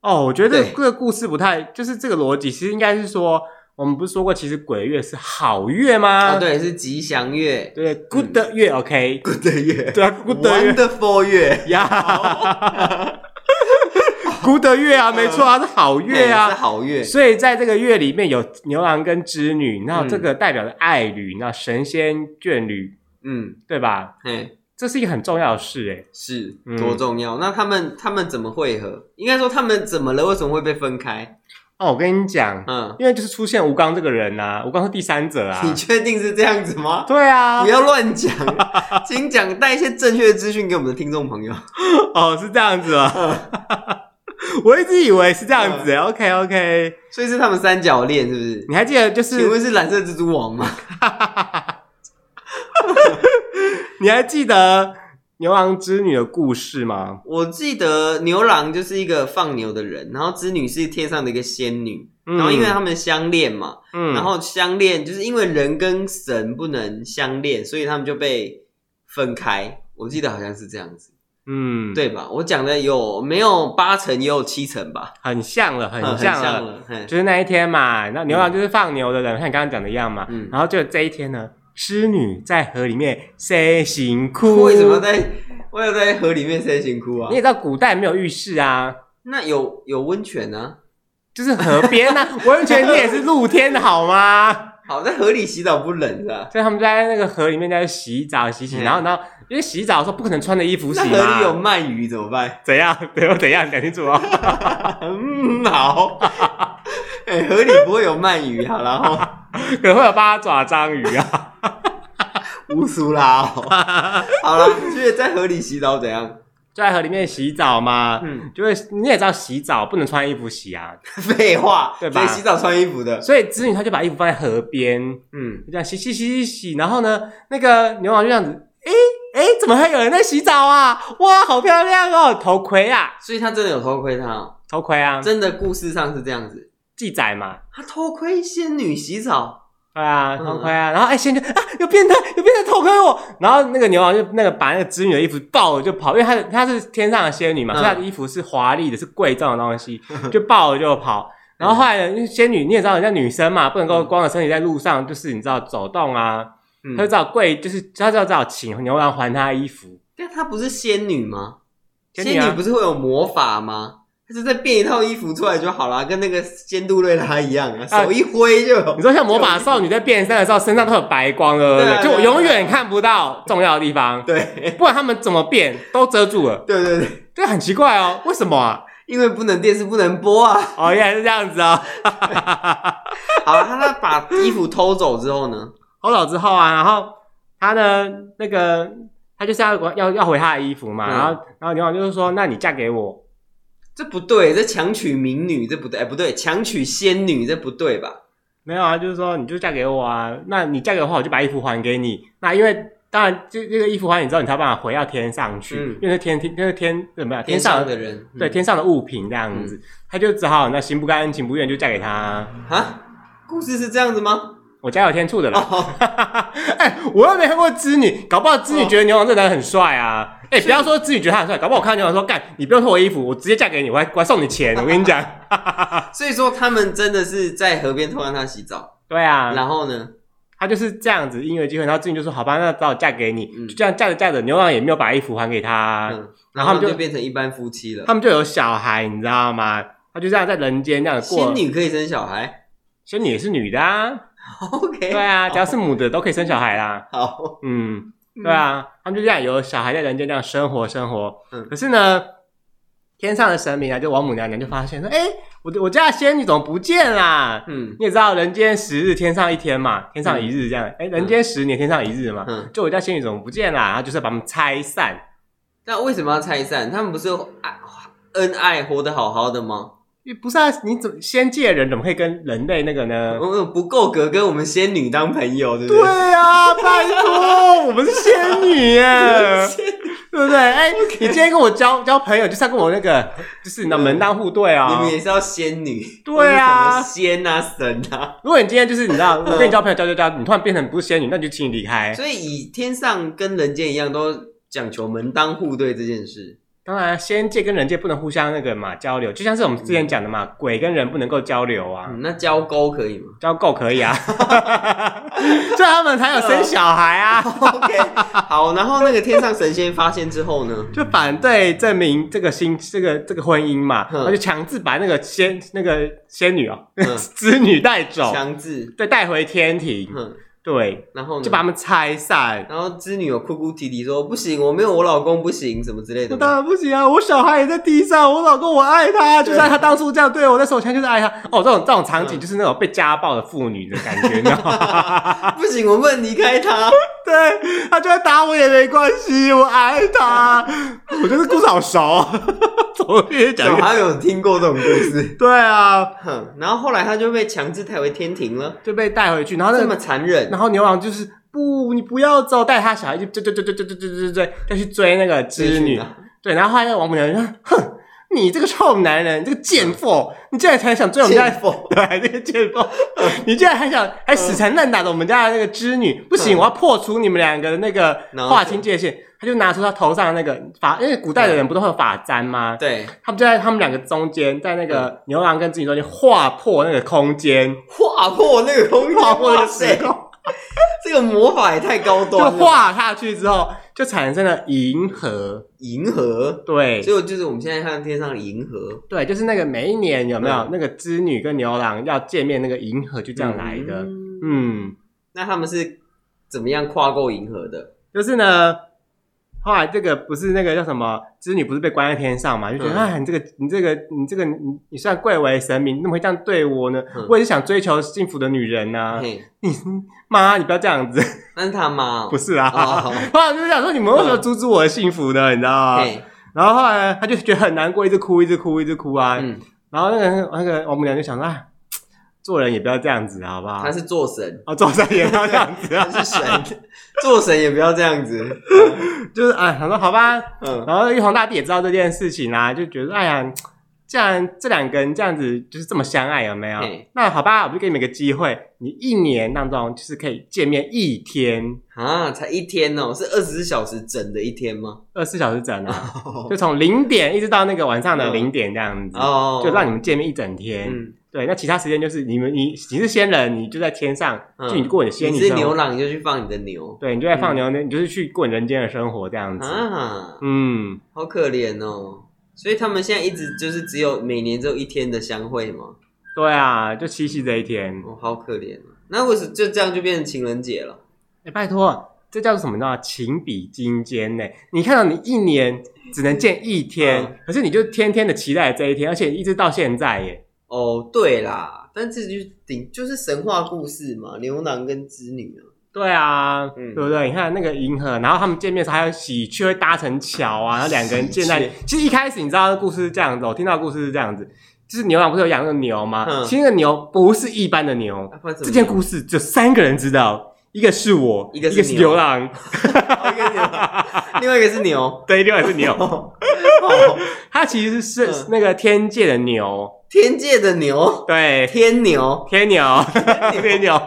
[SPEAKER 2] 哦，我觉得
[SPEAKER 1] 对
[SPEAKER 2] 这个故事不太，就是这个逻辑，其实应该是说，我们不是说过，其实鬼月是好月吗？
[SPEAKER 1] 哦，对，是吉祥 月
[SPEAKER 2] 对，good 月，OK，
[SPEAKER 1] ，Good 月
[SPEAKER 2] 嗯 对啊，good 月
[SPEAKER 1] ，Wonderful 月，
[SPEAKER 2] 呀 ，good 月啊，没错啊，是好月
[SPEAKER 1] 嗯对是
[SPEAKER 2] 啊。
[SPEAKER 1] 好月，
[SPEAKER 2] 所以在这个月里面有牛郎跟织女，那
[SPEAKER 1] 嗯
[SPEAKER 2] 这个代表的爱侣，那神仙眷侣，
[SPEAKER 1] 嗯，
[SPEAKER 2] 对吧？
[SPEAKER 1] 哎，
[SPEAKER 2] 这是一个很重要的事、欸，
[SPEAKER 1] 是
[SPEAKER 2] 嗯
[SPEAKER 1] 多重要？那他们他们怎么会合？应该说他们怎么了？为什么会被分开？
[SPEAKER 2] 哦，我跟你讲，
[SPEAKER 1] 嗯，
[SPEAKER 2] 因为就是出现吴刚这个人呐、啊，吴刚是第三者啊，
[SPEAKER 1] 你确定是这样子吗？
[SPEAKER 2] 对啊
[SPEAKER 1] 不，要乱 讲，请讲带一些正确的资讯给我们的听众朋友。
[SPEAKER 2] 哦，是这样子啊，
[SPEAKER 1] 嗯
[SPEAKER 2] 我一直以为是这样子、欸、，OK OK，
[SPEAKER 1] 所以是他们三角恋，是不是？
[SPEAKER 2] 你还记得就
[SPEAKER 1] 请
[SPEAKER 2] 是，
[SPEAKER 1] 问是蓝色蜘蛛王吗？
[SPEAKER 2] 你还记得牛郎织女的故事吗？
[SPEAKER 1] 我记得牛郎就是一个放牛的人，然后织女是天上的一个仙女，
[SPEAKER 2] 嗯
[SPEAKER 1] 然后因为他们相恋嘛，
[SPEAKER 2] 嗯
[SPEAKER 1] 然后相恋就是因为人跟神不能相恋，所以他们就被分开。我记得好像是这样子。
[SPEAKER 2] 嗯，，
[SPEAKER 1] 对吧？我讲的有没有八成也有七成吧，
[SPEAKER 2] 很像了，很
[SPEAKER 1] 嗯
[SPEAKER 2] 哎像啊了，
[SPEAKER 1] 像了，嘿
[SPEAKER 2] 就是那一天嘛，那牛郎就是放牛的人，像你刚刚讲的一样嘛，
[SPEAKER 1] 嗯
[SPEAKER 2] 然后就这一天呢。织女在河里面塞辛苦，
[SPEAKER 1] 为什么在为什么在河里面塞辛苦啊
[SPEAKER 2] 你？也知道古代没有浴室啊，
[SPEAKER 1] 那有有温泉啊呢、
[SPEAKER 2] 就是河边啊， 温泉你也是露天的好吗？
[SPEAKER 1] 啊？好，在河里洗澡不冷的、
[SPEAKER 2] 所以他们就在那个河里面在洗澡洗洗，
[SPEAKER 1] 嗯
[SPEAKER 2] 然后然后因为洗澡的时候不可能穿着衣服
[SPEAKER 1] 那
[SPEAKER 2] 洗
[SPEAKER 1] 河里有
[SPEAKER 2] 嘛，
[SPEAKER 1] 鳗鱼怎么办？
[SPEAKER 2] 怎样？ 对我怎样？讲清楚哦。
[SPEAKER 1] 嗯，好。 哎、河里不会有鳗鱼，好，然后
[SPEAKER 2] 可能会有八爪章鱼啊，
[SPEAKER 1] 乌苏拉 哦。好了，你觉得在河里洗澡怎样？
[SPEAKER 2] 就在河里面洗澡嘛，
[SPEAKER 1] 嗯，
[SPEAKER 2] 就会你也知道洗澡不能穿衣服洗啊，
[SPEAKER 1] 废话，
[SPEAKER 2] 对吧
[SPEAKER 1] 谁洗澡穿衣服的？
[SPEAKER 2] 所以织女她就把衣服放在河边，
[SPEAKER 1] 嗯，
[SPEAKER 2] 就这样洗洗洗洗洗，然后呢，那个牛郎就这样子，诶诶，怎么还有人在洗澡啊？哇，好漂亮哦，头盔啊，
[SPEAKER 1] 所以他真的有偷窥他、哦，
[SPEAKER 2] 头盔啊，
[SPEAKER 1] 真的故事上是这样子。
[SPEAKER 2] 记载嘛，
[SPEAKER 1] 他偷窥仙女洗澡，
[SPEAKER 2] 对啊，
[SPEAKER 1] 嗯
[SPEAKER 2] 偷窥啊，然后哎，仙女就啊，有变态，有变态偷窥我，然后那个牛郎就那个把那个织女的衣服抱了就跑，因为她的她是天上的仙女嘛，
[SPEAKER 1] 嗯
[SPEAKER 2] 所以她的衣服是华丽的，是贵重的东西，就抱了就跑。然后后来呢，因为仙女你也知道，人家女生嘛，不能够光着身体在路上，就是你知道走动啊，
[SPEAKER 1] 嗯
[SPEAKER 2] 她就，只好跪，就是她就只好请牛郎还她衣服。
[SPEAKER 1] 但她不是仙女吗？
[SPEAKER 2] 仙
[SPEAKER 1] 仙
[SPEAKER 2] 女啊
[SPEAKER 1] 不是会有魔法吗？她就再变一套衣服出来就好啊啦，跟那个仙杜瑞拉一样啊，
[SPEAKER 2] 啊
[SPEAKER 1] 手一挥就有。
[SPEAKER 2] 你说像魔法少女在变身的时候，身上都有白光了，对不
[SPEAKER 1] 对啊
[SPEAKER 2] 对？就
[SPEAKER 1] 对啊
[SPEAKER 2] 我永远看不到重要的地方，
[SPEAKER 1] 对
[SPEAKER 2] 不管他们怎么变，都遮住了，
[SPEAKER 1] 对对对，
[SPEAKER 2] 这很奇怪哦，为什么啊？
[SPEAKER 1] 因为不能电视不能播啊。
[SPEAKER 2] 哦，原来是这样子啊、
[SPEAKER 1] 好啦，她把衣服偷走之后呢？
[SPEAKER 2] 哦！偷走之后啊，然后他呢，那个他就是要要要回他的衣服嘛，
[SPEAKER 1] 嗯
[SPEAKER 2] 然后然后牛郎就是说，那你嫁给我，
[SPEAKER 1] 这不对，这强娶民女这不对，哎不对，强娶仙女这不对吧？
[SPEAKER 2] 没有啊，就是说你就嫁给我啊，那你嫁给我的话，我就把衣服还给你。那因为当然，这这个衣服还你之后，你才有办法回到天上去，
[SPEAKER 1] 嗯
[SPEAKER 2] 因为是天天那是天怎么样？
[SPEAKER 1] 天
[SPEAKER 2] 上
[SPEAKER 1] 上的嗯人，
[SPEAKER 2] 对天上的物品这样子，他就只好那心不甘情不愿就嫁给他。
[SPEAKER 1] 啊，故事是这样子吗？
[SPEAKER 2] 我家有天醋的啦。
[SPEAKER 1] 哦，
[SPEAKER 2] 哎、我又没看过织女，搞不好织女觉得牛郎这男的很帅啊。哎、不要说织女觉得他很帅，搞不好我看到牛郎说干，你不用脱我衣服，我直接嫁给你，我还我还送你钱。我跟你讲，
[SPEAKER 1] 所以说他们真的是在河边偷看他洗澡，
[SPEAKER 2] 对啊，
[SPEAKER 1] 然后呢，
[SPEAKER 2] 他就是这样子因为机会，然后织女就说好吧，那只好嫁给你。
[SPEAKER 1] 嗯
[SPEAKER 2] 就这样嫁着嫁着，牛郎也没有把衣服还给他，
[SPEAKER 1] 嗯，
[SPEAKER 2] 然
[SPEAKER 1] 然
[SPEAKER 2] 后
[SPEAKER 1] 后
[SPEAKER 2] 他们
[SPEAKER 1] 他
[SPEAKER 2] 就
[SPEAKER 1] 们就变成一般夫妻了。
[SPEAKER 2] 他们就有小孩，你知道吗？他就这样在人间这样过。
[SPEAKER 1] 仙，女可以生小孩
[SPEAKER 2] 仙女也是女的啊，
[SPEAKER 1] ，OK，
[SPEAKER 2] 对啊，只要是母的都可以生小孩啦。
[SPEAKER 1] 好，
[SPEAKER 2] 嗯，对啊，他们就这样有小孩在人间这样生活生活。
[SPEAKER 1] 嗯
[SPEAKER 2] 可是呢，天上的神明啊，就王母娘娘就发现说，哎、我的我家的仙女怎么不见啦？
[SPEAKER 1] 嗯，
[SPEAKER 2] 你也知道，人间十日，天上一天嘛，天上一日这样。哎、人间十年，天上一日嘛。
[SPEAKER 1] 嗯
[SPEAKER 2] 就我家仙女怎么不见啦？然后就是把他们拆散，
[SPEAKER 1] 那为什么要拆散？他们不是爱恩爱活得好好的吗？
[SPEAKER 2] 因为不是啊？你怎么仙界人怎么可以跟人类那个呢？
[SPEAKER 1] 我们嗯不够格跟我们仙女当朋友，对不对？
[SPEAKER 2] 对啊，拜托，我们是仙女 耶。
[SPEAKER 1] 仙女
[SPEAKER 2] 对不对？哎、你今天跟我交交朋友，就是要跟我那个，就是那门当户对啊。
[SPEAKER 1] 你们也是要仙女，
[SPEAKER 2] 对
[SPEAKER 1] 或
[SPEAKER 2] 啊
[SPEAKER 1] 者什么仙啊神啊，
[SPEAKER 2] 如果你今天就是你知道，我
[SPEAKER 1] 嗯
[SPEAKER 2] 跟你交朋友交交交，你突然变成不是仙女，那就请你离开。
[SPEAKER 1] 所以以天上跟人间一样，都讲求门当户对这件事。
[SPEAKER 2] 当然，仙界跟人界不能互相那个嘛交流，就像是我们之前讲的嘛，鬼跟人不能够交流啊，
[SPEAKER 1] 嗯，那交沟可以吗
[SPEAKER 2] 交够可以 啊， 这样他们才有生小孩啊。
[SPEAKER 1] ？OK，好。然后那个天上神仙发现之后呢，
[SPEAKER 2] 就反对证明这个新这个这个婚姻嘛，
[SPEAKER 1] 嗯
[SPEAKER 2] 他就强制把那个仙那个仙女哦
[SPEAKER 1] 嗯，
[SPEAKER 2] 织女带走，
[SPEAKER 1] 强制，
[SPEAKER 2] 对，带回天庭，
[SPEAKER 1] 嗯，
[SPEAKER 2] 对，
[SPEAKER 1] 然后呢
[SPEAKER 2] 就把他们拆散。
[SPEAKER 1] 然后织女有哭哭啼啼说不行，我没有我老公不行，什么之类的
[SPEAKER 2] 那
[SPEAKER 1] 吗。
[SPEAKER 2] 当然不行啊！我小孩也在地上，我老公我爱他，就
[SPEAKER 1] 对
[SPEAKER 2] 算他当初这样对我，那时候我现在就是爱他。 哦，这种这种场景就是那种被家暴的妇女的感觉，你知道 吗？
[SPEAKER 1] 不行，我不能离开他。
[SPEAKER 2] 对，他就算打我也没关系，我爱他。我觉得故事好熟哦， 怎么越 讲
[SPEAKER 1] 小
[SPEAKER 2] 越……，
[SPEAKER 1] 孩有听过这种故事
[SPEAKER 2] 对啊，
[SPEAKER 1] 哼。然后后来他就被强制抬回天庭了，
[SPEAKER 2] 就被带回去，然后那
[SPEAKER 1] 这
[SPEAKER 2] 个，
[SPEAKER 1] 么残忍
[SPEAKER 2] 然。后牛郎就是不，你不要走，带他小孩去追追追追追追追追追，要去追那个织女。对，然后后来那个王母娘娘说：“哼，你这个臭男人，你这个贱货，你竟然才想追我们家
[SPEAKER 1] 贱妇
[SPEAKER 2] 对，这个贱妇，你竟然还想还死缠烂打的我们家的那个织女，不行，
[SPEAKER 1] 嗯
[SPEAKER 2] 我要破除你们两个的那个
[SPEAKER 1] 然后
[SPEAKER 2] 划
[SPEAKER 1] 就
[SPEAKER 2] 清界限。”他就拿出他头上的那个发，因为古代的人不都会有发簪吗？
[SPEAKER 1] 对，
[SPEAKER 2] 他们就在他们两个中间，在那个牛郎跟织女中间划破那个空间，
[SPEAKER 1] 划破那个空间，
[SPEAKER 2] 划破那
[SPEAKER 1] 哇
[SPEAKER 2] 个时
[SPEAKER 1] 塞，
[SPEAKER 2] 空，
[SPEAKER 1] 这个魔法也太高
[SPEAKER 2] 就
[SPEAKER 1] 端了。
[SPEAKER 2] 划下去之后，就产生了银河。
[SPEAKER 1] 银河，
[SPEAKER 2] 对，
[SPEAKER 1] 所以就是我们现在看天上的银河，
[SPEAKER 2] 对，就是那个每一年有没有、
[SPEAKER 1] 嗯
[SPEAKER 2] 那个织女跟牛郎要见面那个银河就这样来的。嗯
[SPEAKER 1] 嗯那他们是怎么样跨过银河的？
[SPEAKER 2] 就是呢，后来这个不是那个叫什么织女不是被关在天上嘛，就觉得、
[SPEAKER 1] 嗯
[SPEAKER 2] 啊，你这个你这个你这个你你虽然贵为神明，你怎么会这样对我呢？
[SPEAKER 1] 嗯
[SPEAKER 2] 我也是想追求幸福的女人呐、
[SPEAKER 1] 嘿，
[SPEAKER 2] 你妈，你不要这样子，
[SPEAKER 1] 那是他妈哦
[SPEAKER 2] 不是啊。
[SPEAKER 1] 哦 嗯
[SPEAKER 2] 后来我就想说，你们为什么阻止我的幸福呢？你知道吗？
[SPEAKER 1] 嘿，
[SPEAKER 2] 然后后来他就觉得很难过，一直哭，一直哭，一直哭啊。
[SPEAKER 1] 嗯，
[SPEAKER 2] 然后那个那个王母娘就想说，啊，做人也不要这样子，好不好
[SPEAKER 1] 他？是做神，
[SPEAKER 2] 啊，做人也不要这样子啊
[SPEAKER 1] 他， 是神，做神也不要这样子。
[SPEAKER 2] 就是啊，想说好吧。
[SPEAKER 1] 嗯，
[SPEAKER 2] 然后玉皇大帝也知道这件事情啊，就觉得哎呀，既然这两个人这样子就是这么相爱，有没有
[SPEAKER 1] 嘿？
[SPEAKER 2] 那好吧，我就给你们一个机会，你一年当中就是可以见面一天，
[SPEAKER 1] 啊，才一天哦，是二十四小时整的一天吗？
[SPEAKER 2] 二十四小时整 啊，
[SPEAKER 1] 哦
[SPEAKER 2] 就从零点一直到那个晚上的
[SPEAKER 1] 嗯
[SPEAKER 2] 零点这样子，
[SPEAKER 1] 哦
[SPEAKER 2] 就让你们见面一整天。
[SPEAKER 1] 嗯，
[SPEAKER 2] 对，那其他时间就是你们你你是仙人，你就在天上，
[SPEAKER 1] 嗯
[SPEAKER 2] 就你过你的仙
[SPEAKER 1] 你
[SPEAKER 2] 女
[SPEAKER 1] 是
[SPEAKER 2] 生
[SPEAKER 1] 牛
[SPEAKER 2] 活，
[SPEAKER 1] 郎，你就去放你的牛
[SPEAKER 2] 对，你就在放牛，你就是去过你人间的生活这样子。
[SPEAKER 1] 嗯啊，
[SPEAKER 2] 嗯，
[SPEAKER 1] 好可怜哦。所以他们现在一直就是只有每年只有一天的相会嘛，
[SPEAKER 2] 对啊，就七夕这一天。
[SPEAKER 1] 哦，好可怜啊。那为什么就这样就变成情人节了？
[SPEAKER 2] 哎、拜托，这叫什么呢？情比金坚呢、你看到你一年只能见一天，
[SPEAKER 1] 嗯
[SPEAKER 2] 可是你就天天的期待这一天，而且一直到现在耶。
[SPEAKER 1] 哦，对啦，但这就是顶就是神话故事嘛，牛郎跟织女啊。
[SPEAKER 2] 对啊，
[SPEAKER 1] 嗯
[SPEAKER 2] 对不对？你看那个银河，然后他们见面的时候还有喜鹊会搭成桥啊，然后两个人见在
[SPEAKER 1] 喜。
[SPEAKER 2] 其实一开始你知道故事是这样子，我听到故事是这样子，就是牛郎不是有养那个牛吗？
[SPEAKER 1] 嗯
[SPEAKER 2] 其实那个牛不是一般的牛，
[SPEAKER 1] 啊不然怎么
[SPEAKER 2] 这件故事只有三个人知道，一个是我，
[SPEAKER 1] 一个是
[SPEAKER 2] 是
[SPEAKER 1] 牛
[SPEAKER 2] 牛郎，
[SPEAKER 1] 哦一个是牛郎另外一个是牛，
[SPEAKER 2] 对，另外一个 是牛。
[SPEAKER 1] 哦哦
[SPEAKER 2] 它其实是
[SPEAKER 1] 嗯
[SPEAKER 2] 那个天界的牛，
[SPEAKER 1] 天界的牛，
[SPEAKER 2] 对，
[SPEAKER 1] 天牛，
[SPEAKER 2] 天牛，
[SPEAKER 1] 天 嗯
[SPEAKER 2] 天牛。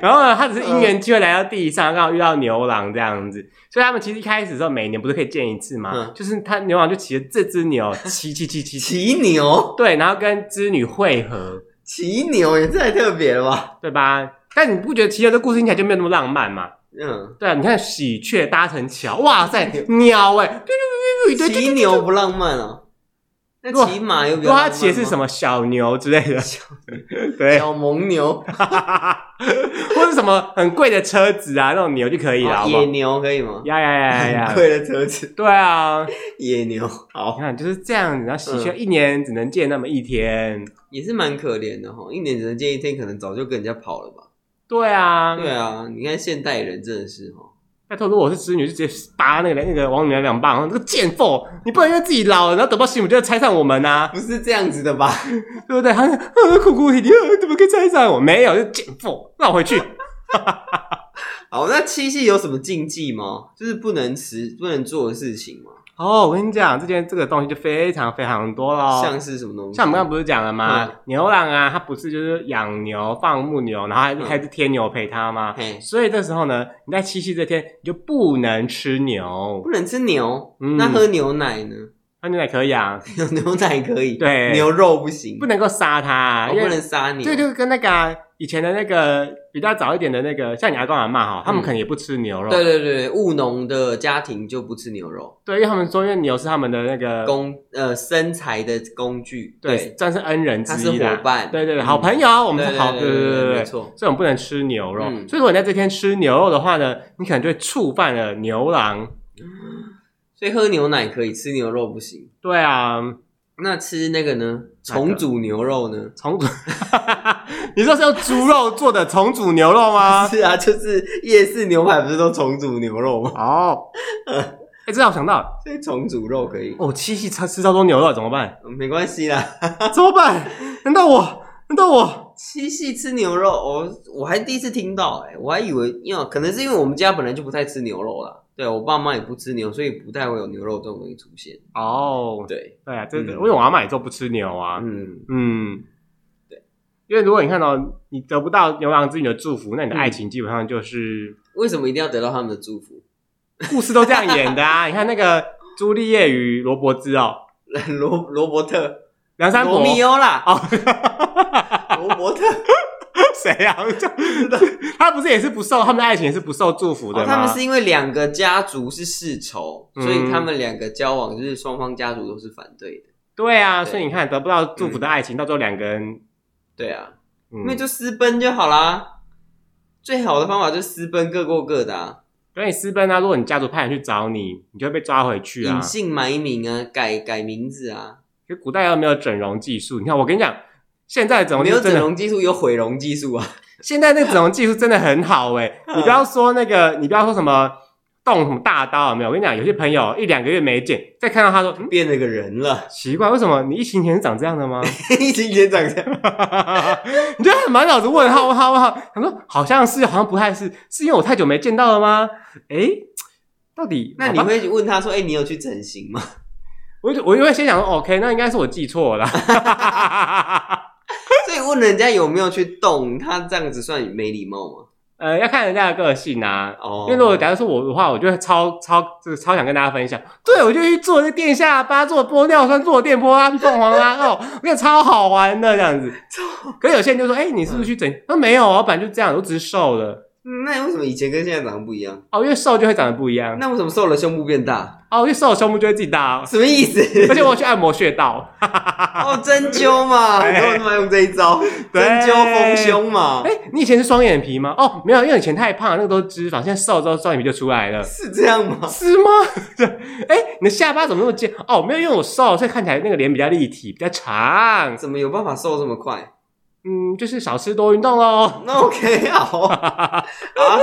[SPEAKER 2] 然后呢，他只是因缘机会来到地上，刚好遇到牛郎这样子，所以他们其实一开始的时候，每年不是可以见一次吗？
[SPEAKER 1] 嗯
[SPEAKER 2] 就是他牛郎就骑着这只牛，骑骑骑 骑骑，
[SPEAKER 1] 骑牛，
[SPEAKER 2] 对，然后跟织女会合，
[SPEAKER 1] 骑牛也太特别了吧？
[SPEAKER 2] 对吧？但你不觉得骑牛这故事听起来就没有那么浪漫吗？
[SPEAKER 1] 嗯，
[SPEAKER 2] 对啊，你看喜鹊搭成桥，哇塞，鸟哎、欸，对对对对对对
[SPEAKER 1] 骑牛不浪漫啊，那
[SPEAKER 2] 如果
[SPEAKER 1] 骑马又比
[SPEAKER 2] 如
[SPEAKER 1] 较
[SPEAKER 2] 果
[SPEAKER 1] 浪漫
[SPEAKER 2] 他
[SPEAKER 1] 吗
[SPEAKER 2] 骑的是什么小牛之 类的，对，
[SPEAKER 1] 小蒙牛、
[SPEAKER 2] 或者什么很贵的车子啊，那种牛就可以了，
[SPEAKER 1] 啊
[SPEAKER 2] 好不
[SPEAKER 1] 野
[SPEAKER 2] 好？
[SPEAKER 1] 牛可以吗？
[SPEAKER 2] 呀呀呀呀
[SPEAKER 1] 很
[SPEAKER 2] 呀！
[SPEAKER 1] 贵的车子，
[SPEAKER 2] 对啊，
[SPEAKER 1] 野牛
[SPEAKER 2] 你
[SPEAKER 1] 好，
[SPEAKER 2] 看就是这样子，然后喜鹊
[SPEAKER 1] 嗯
[SPEAKER 2] 一年只能见那么一天。
[SPEAKER 1] 也是蛮可怜的哈。哦一年只能见一天，可能早就跟人家跑了吧？
[SPEAKER 2] 对啊，
[SPEAKER 1] 对啊，你看现代人真的是哦哈，
[SPEAKER 2] 拜托，如果我是织女，就直接扒那个那个王女娘两棒，这个贱妇，你不能因为自己老了，然后等不到媳妇就要拆散我们呐、啊，
[SPEAKER 1] 不是这样子的吧？
[SPEAKER 2] 对不对？他呃 哭哭啼啼，呃怎么可以拆散我？没有，就贱妇，让我回 去。
[SPEAKER 1] 好，那七夕有什么禁忌吗？就是不能吃、不能做的事情吗？
[SPEAKER 2] 哦，我跟你讲，这件这个东西就非常非常多咯。
[SPEAKER 1] 像是什么东西？
[SPEAKER 2] 像我们刚刚不是讲了吗？
[SPEAKER 1] 嗯
[SPEAKER 2] 牛郎啊，他不是就是养牛放牧牛，然后还是
[SPEAKER 1] 嗯
[SPEAKER 2] 还是天牛陪他吗？
[SPEAKER 1] 嘿
[SPEAKER 2] 所以这时候呢，你在七夕这天你就不能吃牛，
[SPEAKER 1] 不能吃牛，
[SPEAKER 2] 嗯
[SPEAKER 1] 那喝牛奶呢？
[SPEAKER 2] 喝牛奶可以啊，
[SPEAKER 1] 有牛奶可以，
[SPEAKER 2] 对
[SPEAKER 1] 牛肉不行，
[SPEAKER 2] 不能够杀它，
[SPEAKER 1] 哦
[SPEAKER 2] 因
[SPEAKER 1] 不
[SPEAKER 2] 为
[SPEAKER 1] 能杀牛。
[SPEAKER 2] 这就是跟那个啊、以前的那个比较早一点的那个，像你阿公阿妈哈，他
[SPEAKER 1] 嗯
[SPEAKER 2] 们可能也不吃牛肉，
[SPEAKER 1] 对对对，务农的家庭就不吃牛肉，
[SPEAKER 2] 对因为他们说因为牛是他们的那个
[SPEAKER 1] 工呃生财的工具，
[SPEAKER 2] 对，，算是恩人
[SPEAKER 1] 他
[SPEAKER 2] 之
[SPEAKER 1] 是
[SPEAKER 2] 一啦
[SPEAKER 1] 伙，伴，
[SPEAKER 2] 对对对，
[SPEAKER 1] 嗯
[SPEAKER 2] 好朋友啊，我
[SPEAKER 1] 对
[SPEAKER 2] 们是好，
[SPEAKER 1] 对
[SPEAKER 2] 对对对
[SPEAKER 1] 没
[SPEAKER 2] 对。
[SPEAKER 1] 错，
[SPEAKER 2] 所以我们不能吃牛肉。
[SPEAKER 1] 嗯
[SPEAKER 2] 所以如果你在这天吃牛肉的话呢，你可能就会触犯了牛郎。
[SPEAKER 1] 所以喝牛奶可以，吃牛肉不行。
[SPEAKER 2] 对啊，
[SPEAKER 1] 那吃那个呢？
[SPEAKER 2] 哪个
[SPEAKER 1] 重组牛肉呢？
[SPEAKER 2] 重组， 你说是用猪肉做的重组牛肉 吗？
[SPEAKER 1] 是啊，就是夜市牛排不是都重组牛肉吗？
[SPEAKER 2] 哦，哎、这让我想到了，
[SPEAKER 1] 所以重组肉可以，
[SPEAKER 2] 哦，七夕吃吃超多牛肉怎么办？
[SPEAKER 1] 嗯没关系啦。
[SPEAKER 2] 怎么办？难道我？难道我？
[SPEAKER 1] 七夕吃牛肉，我、我还第一次听到、欸，哎，我还以为，因为可能是因为我们家本来就不太吃牛肉啦，对我爸妈也不吃牛，所以不太会有牛肉这种东西出现。
[SPEAKER 2] 哦，
[SPEAKER 1] 对，
[SPEAKER 2] 对啊，这
[SPEAKER 1] 嗯
[SPEAKER 2] 个、因为我阿妈也都不吃牛啊。
[SPEAKER 1] 嗯，
[SPEAKER 2] 嗯，对，因为如果你看到你得不到牛郎织女的祝福，那你的
[SPEAKER 1] 嗯
[SPEAKER 2] 爱情基本上就是
[SPEAKER 1] 为什么一定要得到他们的祝福？
[SPEAKER 2] 故事都这样演的啊！你看那个朱丽叶与罗伯兹哦，
[SPEAKER 1] 罗罗伯特，
[SPEAKER 2] 梁山伯
[SPEAKER 1] 罗密欧啦，
[SPEAKER 2] 哦，
[SPEAKER 1] 罗伯特，
[SPEAKER 2] 谁呀、啊？他不是也是不受他们的爱情也是不受祝福
[SPEAKER 1] 哦
[SPEAKER 2] 的吗？
[SPEAKER 1] 他们是因为两个家族是世仇，
[SPEAKER 2] 嗯
[SPEAKER 1] 所以他们两个交往就是双方家族都是反对的。
[SPEAKER 2] 对啊，
[SPEAKER 1] 对
[SPEAKER 2] 所以你看得不到祝福的爱情，到最后两个人，
[SPEAKER 1] 对啊，
[SPEAKER 2] 嗯
[SPEAKER 1] 因为就私奔就好啦，最好的方法就私奔，各过各的啊。
[SPEAKER 2] 等你私奔啊，如果你家族派人去找你，你就会被抓回去啊
[SPEAKER 1] 隐。姓埋名啊，改改名字啊，
[SPEAKER 2] 就古代又没有整容技术，你看我跟你讲，现在的整容
[SPEAKER 1] 没
[SPEAKER 2] 技术
[SPEAKER 1] 有
[SPEAKER 2] 哦真
[SPEAKER 1] 整
[SPEAKER 2] 的，
[SPEAKER 1] 容技术，有毁容技术啊。
[SPEAKER 2] 现在那个整容技术真的很好哎、
[SPEAKER 1] 嗯
[SPEAKER 2] 你不要说那个，你不要说什么动什么大刀有没有？我跟你讲，有些朋友一两个月没见，再看到他说，嗯，
[SPEAKER 1] 变了个人了，
[SPEAKER 2] 奇怪，为什么你疫情前是长这样的 吗？
[SPEAKER 1] 一情前长这样，
[SPEAKER 2] 你就满脑子问号问号问号，想说好像是，好像不太是，是因为我太久没见到了吗？诶，到底
[SPEAKER 1] 那你
[SPEAKER 2] 好吧
[SPEAKER 1] 会问他说：“哎、你有去整形吗
[SPEAKER 2] 我就我就会先想说，OK，那应哦该是我记错了啦。？”
[SPEAKER 1] 所以问人家有没有去动，他这样子算没礼貌吗？
[SPEAKER 2] 呃，要看人家的个性啊。
[SPEAKER 1] 哦，
[SPEAKER 2] 因为如果假如说我的话，我就会超超就是超想跟大家分享，对我就去做那电下巴，做玻尿酸，做电波拉，去凤凰拉哦，我跟你讲超好玩的这样子。可是有些人就说，哎、你是不是去整？那、没有啊，我本来就这样，我只是瘦了。
[SPEAKER 1] 嗯那为什么以前跟现在长得不一样？
[SPEAKER 2] 哦，因为瘦就会长得不一样。
[SPEAKER 1] 那为什么瘦了胸部变大？
[SPEAKER 2] 哦，一瘦胸部就会自己大，哦
[SPEAKER 1] 什么意 思？
[SPEAKER 2] 而且我有去按摩穴道。
[SPEAKER 1] 哦，针灸嘛，
[SPEAKER 2] 哎
[SPEAKER 1] 很多人都用这一招，
[SPEAKER 2] 对
[SPEAKER 1] 针灸丰胸嘛
[SPEAKER 2] 哎、，你以前是双眼皮吗？哦，没有，因为以前太胖，那个都是脂肪，现在瘦了之后双眼皮就出来了。
[SPEAKER 1] 是这样吗？
[SPEAKER 2] 是吗？ 哎、你的下巴怎么那么尖？哦，没有，因为我瘦，所以看起来那个脸比较立体，比较长。
[SPEAKER 1] 怎么有办法瘦这么快？
[SPEAKER 2] 嗯，就是少吃多运动喽。
[SPEAKER 1] 那 OK 好啊，啊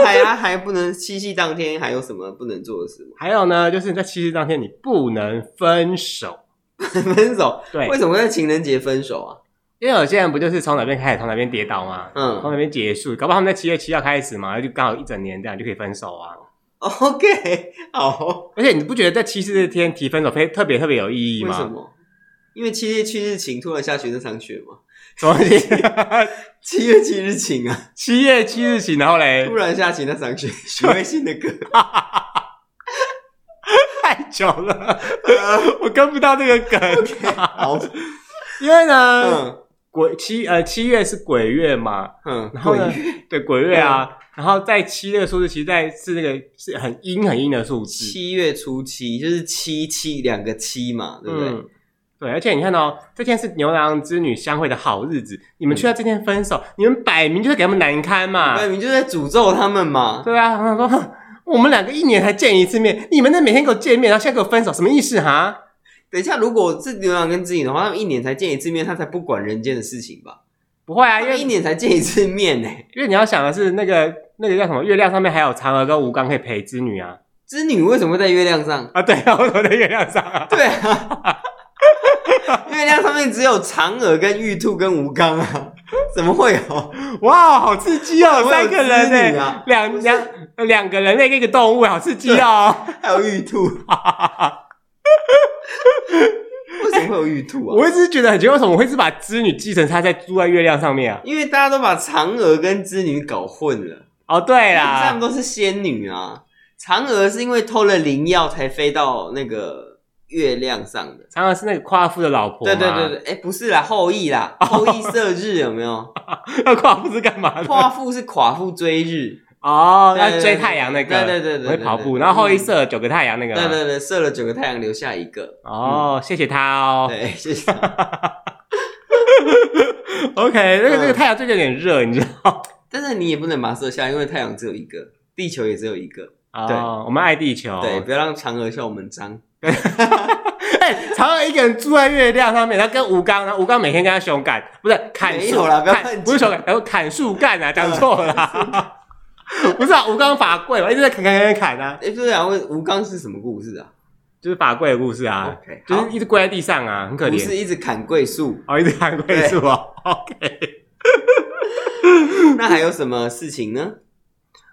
[SPEAKER 1] 还啊还不能七夕当天还有什么不能做的事吗？
[SPEAKER 2] 还有呢，就是在七夕当天你不能分手。
[SPEAKER 1] 分手？
[SPEAKER 2] 对
[SPEAKER 1] 为，什么会在情人节分手啊？
[SPEAKER 2] 因为有些人不就是从哪边开始，从哪边跌倒吗？从
[SPEAKER 1] 嗯
[SPEAKER 2] 哪边结束？搞不好他们在七月七号开始嘛，然后就刚好一整年这样就可以分手啊。
[SPEAKER 1] ，OK，好，
[SPEAKER 2] 而且你不觉得在七夕这天提分手非特别特别有意义
[SPEAKER 1] 为什
[SPEAKER 2] 吗？
[SPEAKER 1] 么？因为七月七日晴，突然下学生上学嘛。
[SPEAKER 2] 什么东西？
[SPEAKER 1] 七月七日晴啊，
[SPEAKER 2] 七月七日起，然后嘞
[SPEAKER 1] 突，然下起那上学，学会新的歌。
[SPEAKER 2] 太久了， 我跟不到这个梗，啊
[SPEAKER 1] 好，
[SPEAKER 2] 因为呢，
[SPEAKER 1] 嗯
[SPEAKER 2] 鬼七呃七月是鬼月嘛，
[SPEAKER 1] 嗯，
[SPEAKER 2] 然后呢
[SPEAKER 1] 鬼月，
[SPEAKER 2] 对鬼月啊，然后在七这个数字，其实在是那个是很阴很阴的数字，
[SPEAKER 1] 七月初七就是七七两个七嘛，对不对？
[SPEAKER 2] 嗯。对，而且你看哦，这天是牛郎织女相会的好日子，你们
[SPEAKER 1] 嗯
[SPEAKER 2] 却在这天分手，你们摆明就是给他们难堪嘛。
[SPEAKER 1] 那你就在诅咒他们嘛。
[SPEAKER 2] 对啊，然后说哼我们两个一年才见一次面，你们那每天给我见面，然后现在给我分手，什么意思哈？
[SPEAKER 1] 等一下，如果是牛郎跟织女的话，他们一年才见一次面，他才不管人间的事情吧？
[SPEAKER 2] 不会
[SPEAKER 1] 他
[SPEAKER 2] 啊，因
[SPEAKER 1] 们
[SPEAKER 2] 为
[SPEAKER 1] 一年才见一次面呢、
[SPEAKER 2] 因为你要想的是那个那个叫什么，月亮上面还有嫦娥跟吴刚可以陪织女啊
[SPEAKER 1] 织女为什么会在月亮 上？
[SPEAKER 2] 啊，对啊，我怎么在月亮上啊？
[SPEAKER 1] 对啊，月亮上面只有嫦娥、跟玉兔、跟吴刚啊，怎么会有？
[SPEAKER 2] 哇，好刺激哦，
[SPEAKER 1] 我有
[SPEAKER 2] 三个人
[SPEAKER 1] 织女
[SPEAKER 2] 呢、
[SPEAKER 1] 啊
[SPEAKER 2] 两两两个人类跟一个动物，好刺激哦！
[SPEAKER 1] 还有玉兔，为什么会有玉兔啊？
[SPEAKER 2] 我一直觉得很奇怪，为什么我会是把织女继承她在住在月亮上面啊？
[SPEAKER 1] 因为大家都把嫦娥跟织女搞混了，
[SPEAKER 2] 哦，对
[SPEAKER 1] 他
[SPEAKER 2] 啦
[SPEAKER 1] 们，都是仙女啊。嫦娥是因为偷了灵药才飞到那个月亮上的。
[SPEAKER 2] 嫦娥是那个夸父的老婆，
[SPEAKER 1] 对对对对，哎、不是啦，后羿 啦，后羿射日有没有？
[SPEAKER 2] 对，那 夸父是干嘛的？
[SPEAKER 1] 夸父是夸父追日，
[SPEAKER 2] 哦，
[SPEAKER 1] 对
[SPEAKER 2] 要追太阳那个，
[SPEAKER 1] 对对对对对
[SPEAKER 2] 会跑步，然后后羿射了九个太阳那个，
[SPEAKER 1] 对对嗯对，射了九个太阳，留下一个。
[SPEAKER 2] 哦，谢谢他哦。
[SPEAKER 1] 对，谢谢他。
[SPEAKER 2] OK，那个
[SPEAKER 1] 嗯
[SPEAKER 2] 那个太阳最近有点热，你知道？
[SPEAKER 1] 但是你也不能把它射下，因为太阳只有一个，地球也只有一个。对
[SPEAKER 2] 哦，我们爱地球。
[SPEAKER 1] 对，，不要让嫦娥笑我们脏。
[SPEAKER 2] 哎，嫦娥一个人住在月亮上面，然后跟吴刚，然后吴刚每天跟他熊干，不是砍
[SPEAKER 1] 没
[SPEAKER 2] 树
[SPEAKER 1] 有啦不要
[SPEAKER 2] 砍
[SPEAKER 1] 乱讲
[SPEAKER 2] 不是熊干，然后砍树干啊，讲错了啦。不是啊，吴刚法柜嘛，一直在砍砍砍砍啊，
[SPEAKER 1] 哎、对啊，问吴刚是什么故事啊？
[SPEAKER 2] 就是法柜的故事啊
[SPEAKER 1] 哦 OK，
[SPEAKER 2] 就
[SPEAKER 1] 好
[SPEAKER 2] 是一直跪在地上啊，很可
[SPEAKER 1] 不
[SPEAKER 2] 怜。
[SPEAKER 1] 是一直砍桂树，
[SPEAKER 2] 哦，一直砍跪
[SPEAKER 1] 对
[SPEAKER 2] 是吧？OK。
[SPEAKER 1] 那还有什么事情呢？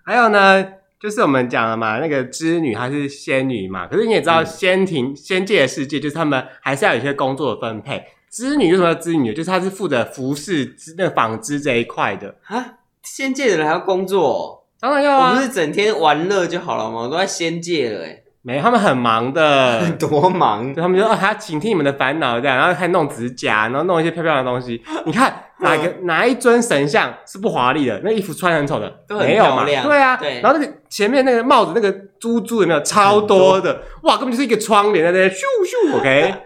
[SPEAKER 2] 还有呢，就是我们讲了嘛，那个织女她是仙女嘛，可是你也知道，
[SPEAKER 1] 嗯
[SPEAKER 2] 仙庭、仙界的世界就是他们还是要有一些工作的分配。织女为什么叫织女？就是她是负责服饰、织那纺织这一块的。
[SPEAKER 1] 啊，仙界的人还要工作、
[SPEAKER 2] 当然要
[SPEAKER 1] 哦，我不
[SPEAKER 2] 啊，
[SPEAKER 1] 是整天玩乐就好了吗？我都在仙界了、欸，
[SPEAKER 2] 没他们很忙
[SPEAKER 1] 哎、，
[SPEAKER 2] 的
[SPEAKER 1] 多忙
[SPEAKER 2] 对。他们就说、啊、还要倾听你们的烦恼这样，然后还弄指甲，然后弄一些漂漂亮的 东西。你看哪个
[SPEAKER 1] 嗯
[SPEAKER 2] 哪一尊神像是不华丽的？那衣服穿得很丑的，
[SPEAKER 1] 都很
[SPEAKER 2] 没有
[SPEAKER 1] 漂
[SPEAKER 2] 嘛？
[SPEAKER 1] 亮
[SPEAKER 2] 对啊，
[SPEAKER 1] 对
[SPEAKER 2] 然后那个前面那个帽子那个珠珠有没有超多的？哇，根本就是一个窗帘在那边咻 咻，OK？好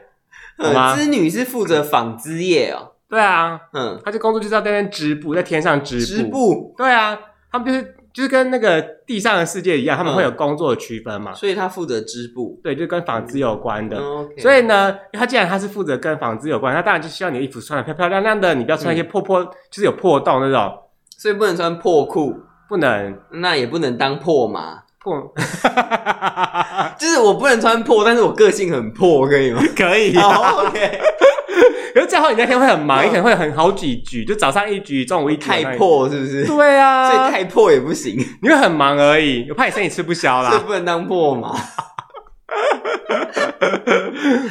[SPEAKER 1] 呃，
[SPEAKER 2] 吗
[SPEAKER 1] 织女是负责纺织业哦，
[SPEAKER 2] 对啊，
[SPEAKER 1] 嗯，
[SPEAKER 2] 他这工作就是要在那边织布，在天上织布。
[SPEAKER 1] 织布，
[SPEAKER 2] 对啊，他们就是就是跟那个地上的世界一样，他们会有工作的区分嘛？
[SPEAKER 1] 所以她负责织布。
[SPEAKER 2] 对，就跟纺织有关的。
[SPEAKER 1] 嗯，OK
[SPEAKER 2] 所以呢，他既然他是负责跟纺织有关，他当然就希望你的衣服穿的漂漂亮亮的，你不要穿一些
[SPEAKER 1] 嗯
[SPEAKER 2] 破破，就是有破洞那种，
[SPEAKER 1] 所以不能穿破裤，
[SPEAKER 2] 不能
[SPEAKER 1] 那也不能当破嘛。
[SPEAKER 2] 破。
[SPEAKER 1] 就是我不能穿破，但是我个性很破，可 以吗？
[SPEAKER 2] 可以、啊，
[SPEAKER 1] 好，OK，
[SPEAKER 2] 可是这样的话你那天会很忙，
[SPEAKER 1] 哦嗯
[SPEAKER 2] 你可能会很好几局，就早上一局，中午一局，晚
[SPEAKER 1] 太
[SPEAKER 2] 上一局。
[SPEAKER 1] 破是不 是？所
[SPEAKER 2] 对啊，
[SPEAKER 1] 以太破也不行，
[SPEAKER 2] 你会很忙而已，我怕你身体吃不消
[SPEAKER 1] 所以
[SPEAKER 2] 啦，
[SPEAKER 1] 不能当破嘛。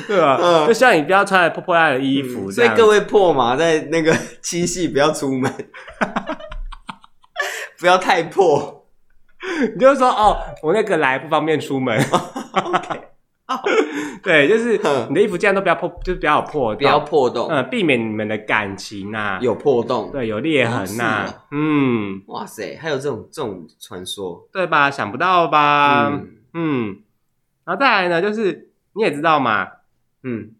[SPEAKER 2] 对吧、
[SPEAKER 1] 嗯
[SPEAKER 2] 就希望你不要穿得破破烂烂的衣服、这
[SPEAKER 1] 所以
[SPEAKER 2] 样
[SPEAKER 1] 各位破嘛，在那个七夕不要出门， 不要太破。
[SPEAKER 2] 你就说哦，我那个来不方便出门。
[SPEAKER 1] 哦
[SPEAKER 2] 对，就是
[SPEAKER 1] 哼
[SPEAKER 2] 你的衣服尽量都不要破，就是不要有破洞，
[SPEAKER 1] 嗯不要破洞，
[SPEAKER 2] 呃，避免你们的感情啊呐、
[SPEAKER 1] 有破洞。
[SPEAKER 2] 对有裂痕呐、
[SPEAKER 1] 是哦
[SPEAKER 2] 嗯，
[SPEAKER 1] 哇塞，还有这种这种传说
[SPEAKER 2] 对吧？想不到吧？嗯
[SPEAKER 1] 嗯
[SPEAKER 2] 然后再来呢，就是你也知道嘛，
[SPEAKER 1] 嗯，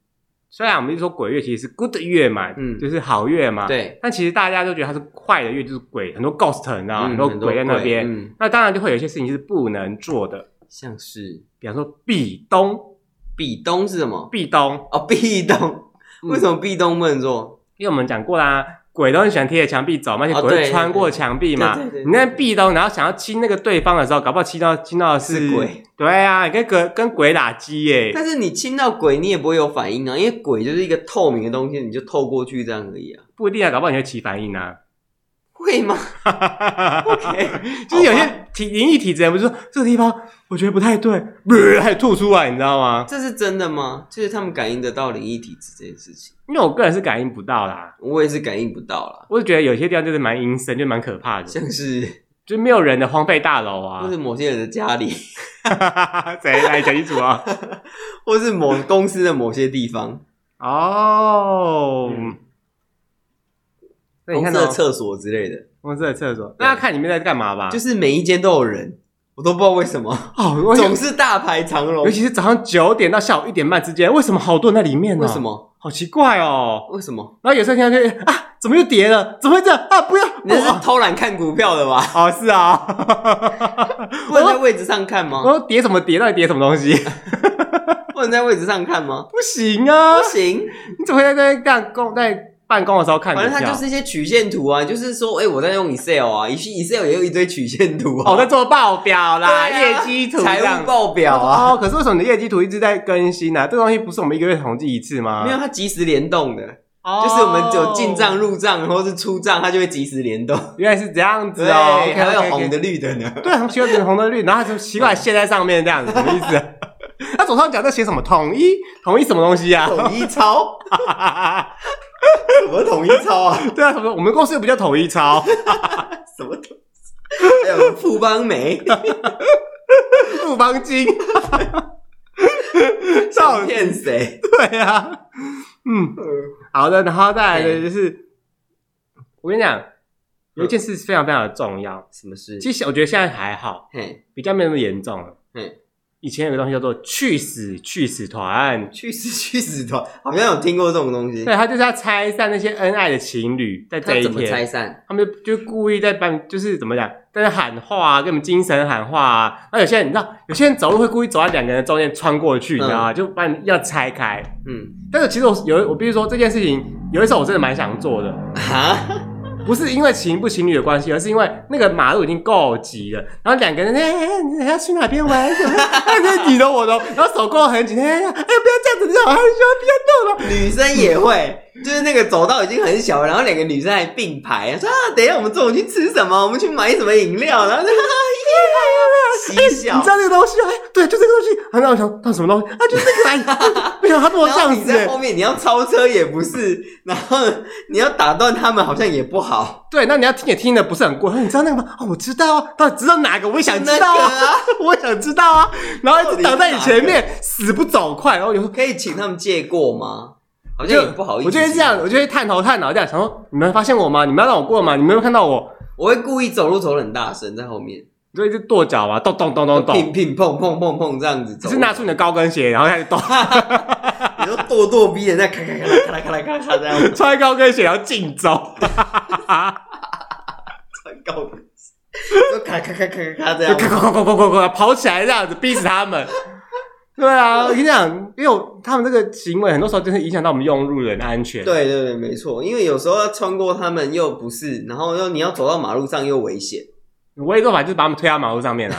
[SPEAKER 2] 虽然我们就说鬼月其实是 good 月嘛，
[SPEAKER 1] 嗯
[SPEAKER 2] 就是好月嘛，。
[SPEAKER 1] 对，
[SPEAKER 2] 但其实大家都觉得它是坏的月，就是鬼，很多 ghost，你知道吗？
[SPEAKER 1] 嗯
[SPEAKER 2] 很多啊鬼在那
[SPEAKER 1] 鬼
[SPEAKER 2] 边。
[SPEAKER 1] 嗯
[SPEAKER 2] 那当然就会有一些事情是不能做的，
[SPEAKER 1] 像是
[SPEAKER 2] 比方说壁咚，
[SPEAKER 1] 壁咚是什么？
[SPEAKER 2] 壁咚，
[SPEAKER 1] 哦，壁咚，
[SPEAKER 2] 嗯
[SPEAKER 1] 为什么壁咚不能做？
[SPEAKER 2] 因为我们讲过啦，鬼都很喜欢贴着墙壁走嘛，而且
[SPEAKER 1] 哦
[SPEAKER 2] 鬼会
[SPEAKER 1] 对
[SPEAKER 2] 穿过墙壁嘛。
[SPEAKER 1] 对对对对
[SPEAKER 2] 你那壁咚，然后想要亲那个对方的时候，搞不好亲到亲到的
[SPEAKER 1] 是鬼，
[SPEAKER 2] 对啊，你跟鬼跟鬼打击耶、
[SPEAKER 1] 但是你亲到鬼，你也不会有反应啊，因为鬼就是一个透明的东西，你就透过去这样而已啊。
[SPEAKER 2] 不一定啊，搞不好你会起反应啊。
[SPEAKER 1] 会吗 ？OK，
[SPEAKER 2] 就是有
[SPEAKER 1] 好吧
[SPEAKER 2] 些体灵异体质人不是说这个地方我觉得不太对， 还吐出来，你知道吗？
[SPEAKER 1] 这是真的吗？就是他们感应得到灵异体质这件事情，
[SPEAKER 2] 因为我个人是感应不到啦，
[SPEAKER 1] 我也是感应不到啦。
[SPEAKER 2] 我就觉得有些地方就是蛮阴森，就蛮可怕的，
[SPEAKER 1] 像是
[SPEAKER 2] 就是没有人的荒废大楼啊
[SPEAKER 1] 或是，某些人的家里，
[SPEAKER 2] 谁来讲清楚啊？
[SPEAKER 1] 或是某公司的某些地方，
[SPEAKER 2] 哦，
[SPEAKER 1] 嗯
[SPEAKER 2] 那你
[SPEAKER 1] 公
[SPEAKER 2] 看
[SPEAKER 1] 司
[SPEAKER 2] 到啊
[SPEAKER 1] 的厕所之类的，
[SPEAKER 2] 公司的厕所，那要看里面在干嘛吧。
[SPEAKER 1] 就是每一间都有人，我都不知道为什么，
[SPEAKER 2] 哦，我
[SPEAKER 1] 总是大排长龙
[SPEAKER 2] 尤。其是早上九点到下午一点半之间，为什么好多人在里面呢？
[SPEAKER 1] 为什？么？
[SPEAKER 2] 好奇怪哦。
[SPEAKER 1] 为什么？
[SPEAKER 2] 然后有时候听到就啊，怎么又跌了？怎么会这样啊？不要！
[SPEAKER 1] 你那是
[SPEAKER 2] 哦
[SPEAKER 1] 偷懒看股票的吧？
[SPEAKER 2] 哦，是啊。
[SPEAKER 1] 不能在位置上看
[SPEAKER 2] 我
[SPEAKER 1] 吗？
[SPEAKER 2] 说跌什么跌？到底跌什么东西？
[SPEAKER 1] 不能在位置上看吗？
[SPEAKER 2] 不行啊
[SPEAKER 1] 不！行，
[SPEAKER 2] 你怎么会在办公在办公的时候看股
[SPEAKER 1] 反
[SPEAKER 2] 票？
[SPEAKER 1] 正它就是一些曲线图啊，就是说，哎、我在用 Excel 啊，Excel 也有一堆曲线图啊，
[SPEAKER 2] 哦，在做报表啦，
[SPEAKER 1] 对啊
[SPEAKER 2] 业绩图
[SPEAKER 1] 财
[SPEAKER 2] 这样
[SPEAKER 1] 务报表啊，
[SPEAKER 2] 哦，可是为什么你的业绩图一直在更新呢、啊？这个东西不是我们一个月统计一次吗？
[SPEAKER 1] 没有，它及时联动的，
[SPEAKER 2] 哦，
[SPEAKER 1] 就是我们有进账、入账，然后是出账，它就会及时联动。
[SPEAKER 2] 原来是这样子
[SPEAKER 1] 对，啊
[SPEAKER 2] 哦。OK，
[SPEAKER 1] 还
[SPEAKER 2] OK，OK
[SPEAKER 1] 有红的、绿的呢。
[SPEAKER 2] 对，他们喜欢红的绿，然后他就奇怪写在上面这样子，什么意思、啊？ 他左上角在写什么？统一，统一什么东西啊？
[SPEAKER 1] 统一超 什么统一超啊？
[SPEAKER 2] 对啊，什么？我们公司又不叫统一 超，
[SPEAKER 1] 什么统？还有富邦美，
[SPEAKER 2] 富邦金， 照
[SPEAKER 1] 骗谁？
[SPEAKER 2] 对啊，嗯，好的，然后再来的就是，我跟你
[SPEAKER 1] 嗯
[SPEAKER 2] 讲，有一件事非常非常的重要。
[SPEAKER 1] 什么事？
[SPEAKER 2] 其实我觉得现在还好，
[SPEAKER 1] 嘿，
[SPEAKER 2] 比较没那么严重了。
[SPEAKER 1] 嗯，
[SPEAKER 2] 以前有个东西叫做“去死去死团
[SPEAKER 1] 去死 去死团，好像有听过这种东”，西。
[SPEAKER 2] 对，他就是要拆散那些恩爱的情侣，在这
[SPEAKER 1] 他
[SPEAKER 2] 一
[SPEAKER 1] 怎么
[SPEAKER 2] 天，
[SPEAKER 1] 拆散？
[SPEAKER 2] 他们就就故意在帮，就是怎么讲，在那喊话啊，跟我们精神喊话啊。那有些人你知道，有些人走路会故意走在两个人中间穿过去，你知道吗？就把你要拆开。
[SPEAKER 1] 嗯，
[SPEAKER 2] 但是其实我有，我必须说这件事情，有一时候我真的蛮想做的，
[SPEAKER 1] 啊，
[SPEAKER 2] 不是因为情不情侣的关系，而是因为那个马路已经够挤了，然后两个人哎哎，你要去哪边玩？什么？哎，这你的我的，然后手勾很紧，哎哎，不要这样子，这样害羞，不要动了。
[SPEAKER 1] 女生也会，就是那个走道已经很小了，然后两个女生还并排，说啊，等一下我们中午去吃什么？我们去买什么饮料？然后就
[SPEAKER 2] 哎
[SPEAKER 1] 哈哈耶，嬉
[SPEAKER 2] 你
[SPEAKER 1] 笑
[SPEAKER 2] 知。道那个东西吗？哎，对，就这个东西。然后我想，到什么东西？啊，就这个，哎，没想到他做
[SPEAKER 1] 然
[SPEAKER 2] 这
[SPEAKER 1] 后
[SPEAKER 2] 样
[SPEAKER 1] 你
[SPEAKER 2] 子。
[SPEAKER 1] 在
[SPEAKER 2] 哎
[SPEAKER 1] 后面，你要超车也不是，然后你要打断他们好像也不好。
[SPEAKER 2] 对，那你要听也听的不是很过。你知道那个吗？哦，我知道啊，到底知道哪个？我也想知道
[SPEAKER 1] 就那个
[SPEAKER 2] 啊
[SPEAKER 1] 啊，
[SPEAKER 2] 我也想知道啊。然后一直挡在你前
[SPEAKER 1] 到底
[SPEAKER 2] 面，死不走快。然后我就说，
[SPEAKER 1] 可以请他们借过吗？好
[SPEAKER 2] 就
[SPEAKER 1] 像也不好意思。
[SPEAKER 2] 我就会这样，我就会探头探脑这样，想说你们发现我吗？你们要让我过吗？你们有没有看到我？
[SPEAKER 1] 我会故意走路走得很大声，在后面
[SPEAKER 2] 你就一直跺脚啊，咚咚咚咚
[SPEAKER 1] 乒
[SPEAKER 2] 咚，
[SPEAKER 1] 乒碰碰碰碰这样子走
[SPEAKER 2] 只。是拿出你的高跟鞋，然后开始咚，
[SPEAKER 1] 你说咄咄逼人，在咔咔咔啦咔啦咔啦咔啦这样
[SPEAKER 2] 穿高跟鞋然后竞走，
[SPEAKER 1] 穿高跟鞋，就咔咔咔咔咔这
[SPEAKER 2] 就
[SPEAKER 1] 样
[SPEAKER 2] 快。快快快快快快跑起来这样子，逼死他们。对啊，我跟你讲，因为我他们这个行为很多时候就是影响到我们用路人的安全。，
[SPEAKER 1] 对对对，没错，因为有时候要穿过他们又不是，然后又你要走到马路上又危险，
[SPEAKER 2] 我一个做法就是把他们推到马路上面 啊，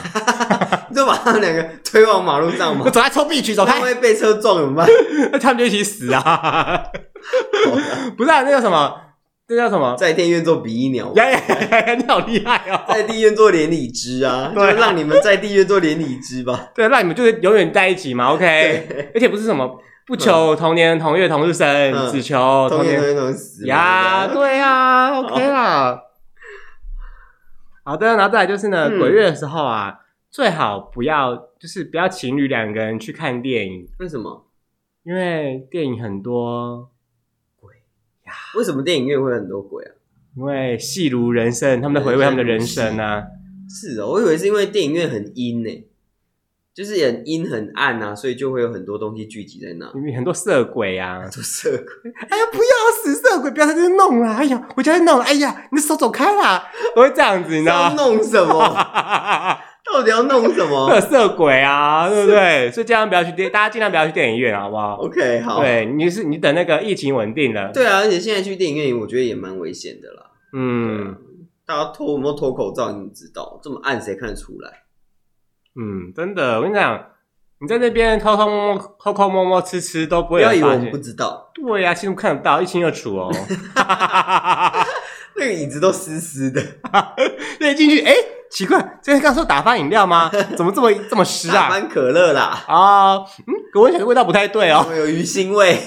[SPEAKER 1] 你就把他们两个推往马路上
[SPEAKER 2] 我
[SPEAKER 1] 嘛，
[SPEAKER 2] 走在臭屁区走
[SPEAKER 1] 他
[SPEAKER 2] 开
[SPEAKER 1] 们，会被车撞怎么办？
[SPEAKER 2] 那他们就一起死啊！ 不是、啊，那叫什么？那叫什么？
[SPEAKER 1] 在天愿做比翼鸟，
[SPEAKER 2] 呀呀呀呀！你好厉害哦！
[SPEAKER 1] 在地愿做连理枝 啊，就
[SPEAKER 2] 对啊
[SPEAKER 1] 让你们在地愿做连理枝吧。
[SPEAKER 2] 对，让你们就是永远在一起嘛，OK？而且不
[SPEAKER 1] 哎
[SPEAKER 2] 是什么不求同年同月同日生，
[SPEAKER 1] 嗯
[SPEAKER 2] 只求
[SPEAKER 1] 同
[SPEAKER 2] 同
[SPEAKER 1] 学同
[SPEAKER 2] 年
[SPEAKER 1] 学同学死嘛
[SPEAKER 2] 呀，
[SPEAKER 1] 对不对
[SPEAKER 2] 对呀，OK 啦。好的，然后再来就是呢，
[SPEAKER 1] 嗯
[SPEAKER 2] 鬼月的时候啊，最好不要就是不要情侣两个人去看电影，
[SPEAKER 1] 为什么？
[SPEAKER 2] 因为电影很多，
[SPEAKER 1] 为什么电影院会有很多鬼啊？
[SPEAKER 2] 因为戏如人生，他们在回味他们的人生啊。
[SPEAKER 1] 是哦，我以为是因为电影院很阴呢、就是很阴很暗啊，所以就会有很多东西聚集在那。
[SPEAKER 2] 因为很多色鬼啊！
[SPEAKER 1] 做色 鬼，
[SPEAKER 2] 哎呀，不要死色鬼，不要在这弄啦！哎呀，我叫你弄了！哎呀，你的手走开啦！我会这样子，你知道
[SPEAKER 1] 要
[SPEAKER 2] 吗？
[SPEAKER 1] 弄什么？到底要弄什
[SPEAKER 2] 特
[SPEAKER 1] 么
[SPEAKER 2] 色鬼啊，对不对？所以尽量不要去电，大家尽量不要去电影院，好不好？
[SPEAKER 1] ？OK，好，
[SPEAKER 2] 对，你是你等那个疫情稳定了，
[SPEAKER 1] 对啊，而且现在去电影院，我觉得也蛮危险的啦。
[SPEAKER 2] 嗯
[SPEAKER 1] 大家脱有没有脱口罩，你怎么知道？这么暗，谁看得出来？
[SPEAKER 2] 嗯，真的，我跟你讲，你在那边偷偷摸摸、偷偷摸摸、吃吃都不
[SPEAKER 1] 不
[SPEAKER 2] 会有
[SPEAKER 1] 要以为
[SPEAKER 2] 人
[SPEAKER 1] 我
[SPEAKER 2] 发
[SPEAKER 1] 们
[SPEAKER 2] 现
[SPEAKER 1] 不。知道，
[SPEAKER 2] 对呀、其实我们看得到，一清二楚哦。
[SPEAKER 1] 那个椅子都湿湿的，
[SPEAKER 2] 对，进去，哎，奇怪，这是刚说打翻饮 料吗？怎么这么这么湿
[SPEAKER 1] 打
[SPEAKER 2] 啊？
[SPEAKER 1] 翻可乐啦，
[SPEAKER 2] 啊，嗯，葛文小的味道不太对 哦。
[SPEAKER 1] 我有鱼腥味，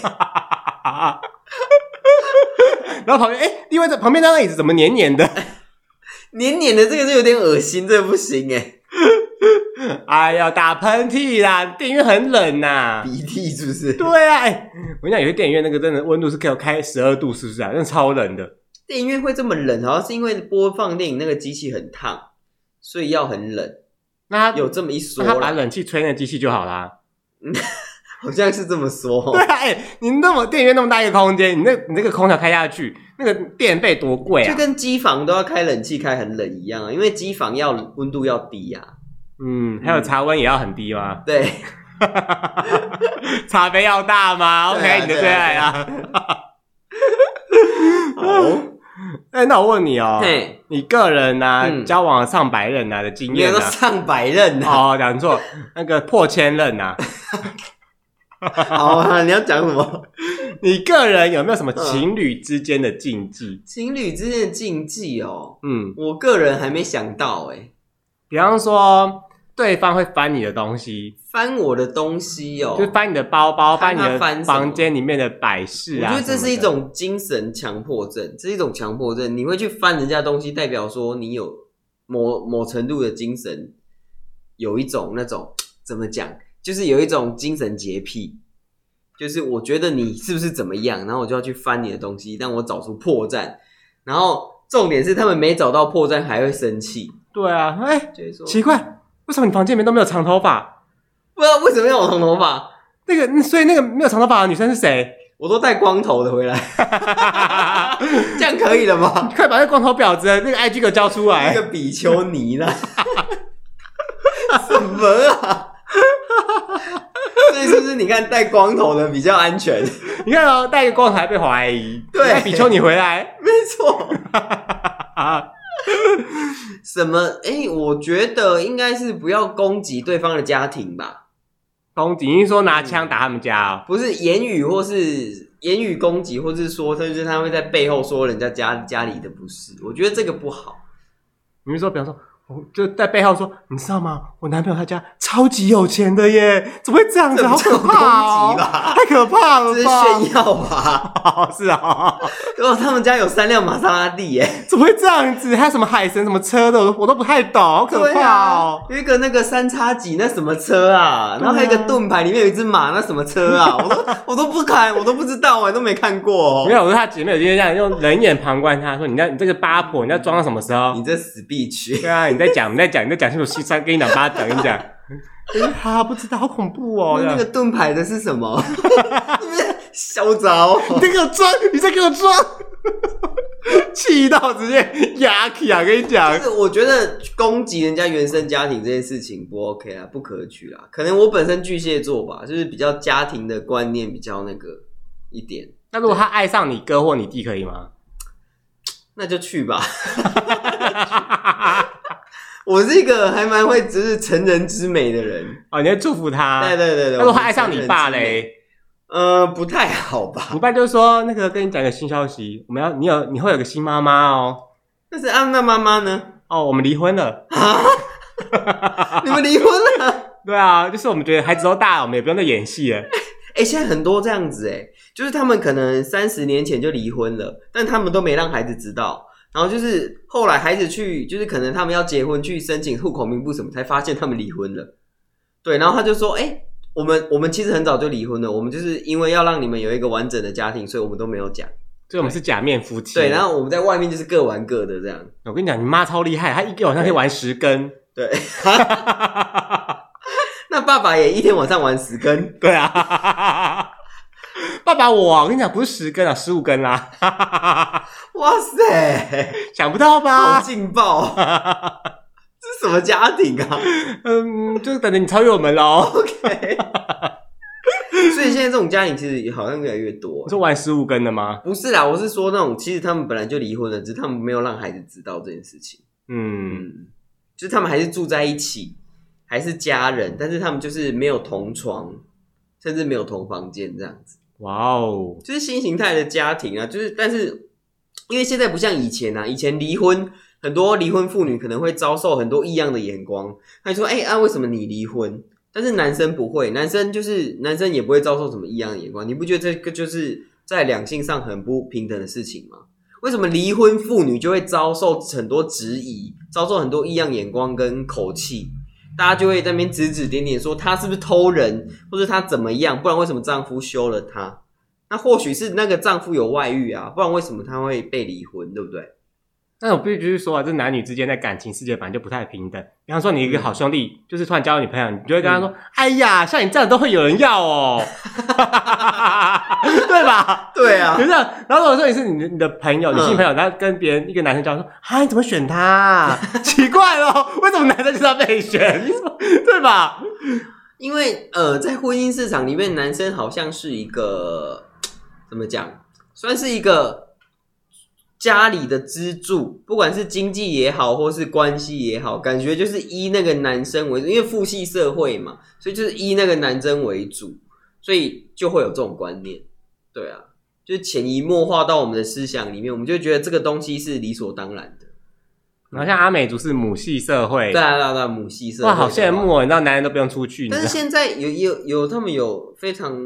[SPEAKER 2] 然后旁边，哎，另外这旁边那张椅子怎么 黏黏的？
[SPEAKER 1] 黏黏的，这个是有点恶心，这个不行哎，
[SPEAKER 2] 哎呀，打喷嚏啦！电影院很冷呐、
[SPEAKER 1] 鼻涕是不是？
[SPEAKER 2] 对啊，哎，我跟你讲，有些电影院那个真的温度是可以开十二度，是不是啊？真的超冷的。
[SPEAKER 1] 电影院会这么冷，好像是因为播放电影那个机器很烫，所以要很冷，
[SPEAKER 2] 那他
[SPEAKER 1] 有这么一说
[SPEAKER 2] 那他把
[SPEAKER 1] 啦，
[SPEAKER 2] 冷气吹那机器就好啦。
[SPEAKER 1] 好像是这么说哦
[SPEAKER 2] 对。啊，哎，你那么电影院那么大一个空间，你那你那个空调开下去，那个电费多贵
[SPEAKER 1] 就
[SPEAKER 2] 啊！
[SPEAKER 1] 跟机房都要开冷气开很冷一样啊，因为机房要温度要低呀、
[SPEAKER 2] 嗯，还有茶温也要很低吗？
[SPEAKER 1] 对，
[SPEAKER 2] 茶杯要大吗？OK，、
[SPEAKER 1] 对啊
[SPEAKER 2] 你的最
[SPEAKER 1] 对啊
[SPEAKER 2] 爱啊。
[SPEAKER 1] 哦，
[SPEAKER 2] 哎、那我问你哦，
[SPEAKER 1] 嘿，
[SPEAKER 2] 你个人呐、
[SPEAKER 1] 嗯
[SPEAKER 2] 交往上百人呐、的经
[SPEAKER 1] 你
[SPEAKER 2] 验
[SPEAKER 1] 都
[SPEAKER 2] 啊，
[SPEAKER 1] 上百任啊呐、
[SPEAKER 2] 哦，讲错，那个破千啊人呐、哦
[SPEAKER 1] 好啊，你要讲什么？
[SPEAKER 2] 你个人有没有什么情侣之间的禁忌？
[SPEAKER 1] 情侣之间的禁忌哦，
[SPEAKER 2] 嗯，
[SPEAKER 1] 我个人还没想到哎、
[SPEAKER 2] 比方说对方会翻你的东西，
[SPEAKER 1] 翻我的东西哦，
[SPEAKER 2] 就翻你的包包，
[SPEAKER 1] 看
[SPEAKER 2] 翻你
[SPEAKER 1] 他
[SPEAKER 2] 的
[SPEAKER 1] 翻什么
[SPEAKER 2] 房间里面的摆饰
[SPEAKER 1] 我
[SPEAKER 2] 啊。
[SPEAKER 1] 觉得这
[SPEAKER 2] 什么
[SPEAKER 1] 是
[SPEAKER 2] 的
[SPEAKER 1] 一，种精神强迫症，这是一种强迫症。你会去翻人家东西，代表说你有某某程度的精神，有一种那种怎么讲，就是有一种精神洁癖，就是我觉得你是不是怎么样，然后我就要去翻你的东西，让我找出破绽。然后重点是他们没找到破绽，还会生气，
[SPEAKER 2] 对啊，哎、
[SPEAKER 1] 就是说
[SPEAKER 2] 奇怪，为什么你房间里面都没有长头发？
[SPEAKER 1] 不知道为什么要我长头发，
[SPEAKER 2] 那个，嗯所以那个没有长头发的女生是谁？
[SPEAKER 1] 我都带光头的回来，这样可以了吗？
[SPEAKER 2] 快把那光头婊子的那个 IG 给我交出
[SPEAKER 1] 那
[SPEAKER 2] 来！
[SPEAKER 1] 个比丘尼啦， 什么啊？所以是不是你看戴光头的比较安全？
[SPEAKER 2] 你看哦，戴一个光头还被怀疑，
[SPEAKER 1] 对
[SPEAKER 2] 那比丘你回来
[SPEAKER 1] 没错。
[SPEAKER 2] 啊！
[SPEAKER 1] 什么？哎、我觉得应该是不要攻击对方的家庭吧，
[SPEAKER 2] 攻击，你是说拿枪打他们家哦？
[SPEAKER 1] 不是言语或是言语攻击，或是说甚至他会在背后说人家家家里的不是，我觉得这个不好。
[SPEAKER 2] 你是说，比方说，我就在背后说，你知道吗？我男朋友他家超级有钱的耶，怎么会这样子？
[SPEAKER 1] 这
[SPEAKER 2] 好
[SPEAKER 1] 不叫
[SPEAKER 2] 可怕
[SPEAKER 1] 攻
[SPEAKER 2] 哦
[SPEAKER 1] 击！吧？
[SPEAKER 2] 太可怕了
[SPEAKER 1] 这是
[SPEAKER 2] 吧！
[SPEAKER 1] 炫耀 吧？
[SPEAKER 2] 耀，是啊，
[SPEAKER 1] 然后他们家有三辆玛莎拉蒂耶、
[SPEAKER 2] 怎么会这样子？还有什么海神什么车的，我都我都不太懂，好可
[SPEAKER 1] 对
[SPEAKER 2] 怕
[SPEAKER 1] 啊
[SPEAKER 2] 哦！，
[SPEAKER 1] 有一个那个三叉戟，那什么车啊？然后还有一个盾牌，里面有一只马，那什么车 啊？我都我都不看，我都不知道哎，都没看过
[SPEAKER 2] 没
[SPEAKER 1] 哦。
[SPEAKER 2] 有，我说他姐妹有天这样用冷眼旁观他，说你那你这个八婆，你要装到什么时候
[SPEAKER 1] 你？这死 b 区，
[SPEAKER 2] 对啊，你在讲，你在讲，你在讲清楚，西山给你两巴掌，跟 你讲。他不知道，好恐怖哦！
[SPEAKER 1] 那
[SPEAKER 2] 这样
[SPEAKER 1] 那个盾牌的是什 么？你们嚣张哦！
[SPEAKER 2] 你在给我装，你在给我装，气到直接牙起啊！跟你 讲
[SPEAKER 1] 但，是我觉得攻击人家原生家庭这件事情不 OK 啊，不可取啦。可能我本身巨蟹座吧，就是比较家庭的观念比较那个一点，
[SPEAKER 2] 那如果他爱上你哥或你弟，可以吗？
[SPEAKER 1] 那就去吧。我是一个还蛮会就是成人之美的人。
[SPEAKER 2] 哦，你会祝福他。
[SPEAKER 1] 对对对对。
[SPEAKER 2] 那如果他
[SPEAKER 1] 我
[SPEAKER 2] 爱
[SPEAKER 1] 们
[SPEAKER 2] 上
[SPEAKER 1] 成
[SPEAKER 2] 你
[SPEAKER 1] 人
[SPEAKER 2] 爸
[SPEAKER 1] 之美？
[SPEAKER 2] 嘞，
[SPEAKER 1] 呃，不太好吧。
[SPEAKER 2] 你爸就说那个跟你讲个新消息，我们要你有你会有个新妈妈哦。
[SPEAKER 1] 但是安娜妈妈呢？
[SPEAKER 2] 哦，我们离婚了。
[SPEAKER 1] 你们离婚了？
[SPEAKER 2] 对啊，就是我们觉得孩子都大了，我们也不用再演戏了。
[SPEAKER 1] 哎、现在很多这样子哎、就是他们可能三十年前就离婚了，但他们都没让孩子知道。然后就是后来孩子去，就是可能他们要结婚去申请户口名簿什么，才发现他们离婚了。对，然后他就说：“哎、我们我们其实很早就离婚了，我们就是因为要让你们有一个完整的家庭，所以我们都没有讲。
[SPEAKER 2] 所以我们是假面夫妻。
[SPEAKER 1] 对，然后我们在外面就是各玩各的这样。
[SPEAKER 2] 我跟你讲，你妈超厉害，她一个晚上可以玩十根。
[SPEAKER 1] 对，那爸爸也一天晚上玩十根，
[SPEAKER 2] 对啊， 爸爸我啊，我跟你讲，不是十根啊，十五根啦、
[SPEAKER 1] 哇塞，
[SPEAKER 2] 想不到
[SPEAKER 1] 好
[SPEAKER 2] 吧？
[SPEAKER 1] 劲爆！啊 这是什么家庭啊
[SPEAKER 2] 嗯，就是等着你超越我们喽。
[SPEAKER 1] ？OK，所 以现在这种家庭其实也好像越来越多
[SPEAKER 2] 我。说玩十五根的吗？
[SPEAKER 1] 不是啦，我是说那种其实他们本来就离婚了，只是他们没有让孩子知道这件事情。
[SPEAKER 2] 嗯，
[SPEAKER 1] 嗯，就是他们还是住在一起，还是家人，但是他们就是没有同床，甚至没有同房间这样子。
[SPEAKER 2] 哇哦，
[SPEAKER 1] 就是新形态的家庭啊，就是但是因为现在不像以前啊，以前离婚很多离婚妇女可能会遭受很多异样的眼光，他就说：“哎、啊，为什么你离婚？”但是男生不会，男生就是男生也不会遭受什么异样的眼光。你不觉得这个就是在两性上很不平等的事情吗？为什么离婚妇女就会遭受很多质疑，遭受很多异样眼光跟口气？大家就会在那边指指点点说她是不是偷人，或者她怎么样？不然为什么丈夫休了她？那或许是那个丈夫有外遇啊，不然为什么她会被离婚？对不对？
[SPEAKER 2] 但我必须说啊，这男女之间在感情世界本来就不太平等。比方说，你一个好兄
[SPEAKER 1] 嗯
[SPEAKER 2] 弟，就是突然交了女朋友，你就会跟他说：“哎呀，像你这样都会有人要 哦，对吧？”
[SPEAKER 1] 对啊
[SPEAKER 2] 就，这样。然后如果说你是你的你的朋友，
[SPEAKER 1] 嗯
[SPEAKER 2] 女性朋友，然后跟别人一个男生交往，说：“啊，你怎么选他啊？ 奇怪哦，为什么男生就是要被选？你怎么对吧？
[SPEAKER 1] 因为呃，在婚姻市场里面，男生好像是一个怎么讲，算是一个家里的支柱，不管是经济也好，或是关系也好，感觉就是以那个男生为主，因为父系社会嘛，所以就是以那个男生为主，所以就会有这种观念。对啊，就是潜移默化到我们的思想里面，我们就觉得这个东西是理所当然的。
[SPEAKER 2] 然后像阿美族是母系社会，
[SPEAKER 1] 对啊，对啊，对啊，母系社会
[SPEAKER 2] 哇，好羡
[SPEAKER 1] 对吧
[SPEAKER 2] 慕哦！你知道男人都不用出去，你知
[SPEAKER 1] 但
[SPEAKER 2] 道
[SPEAKER 1] 是现在有有有他们有非常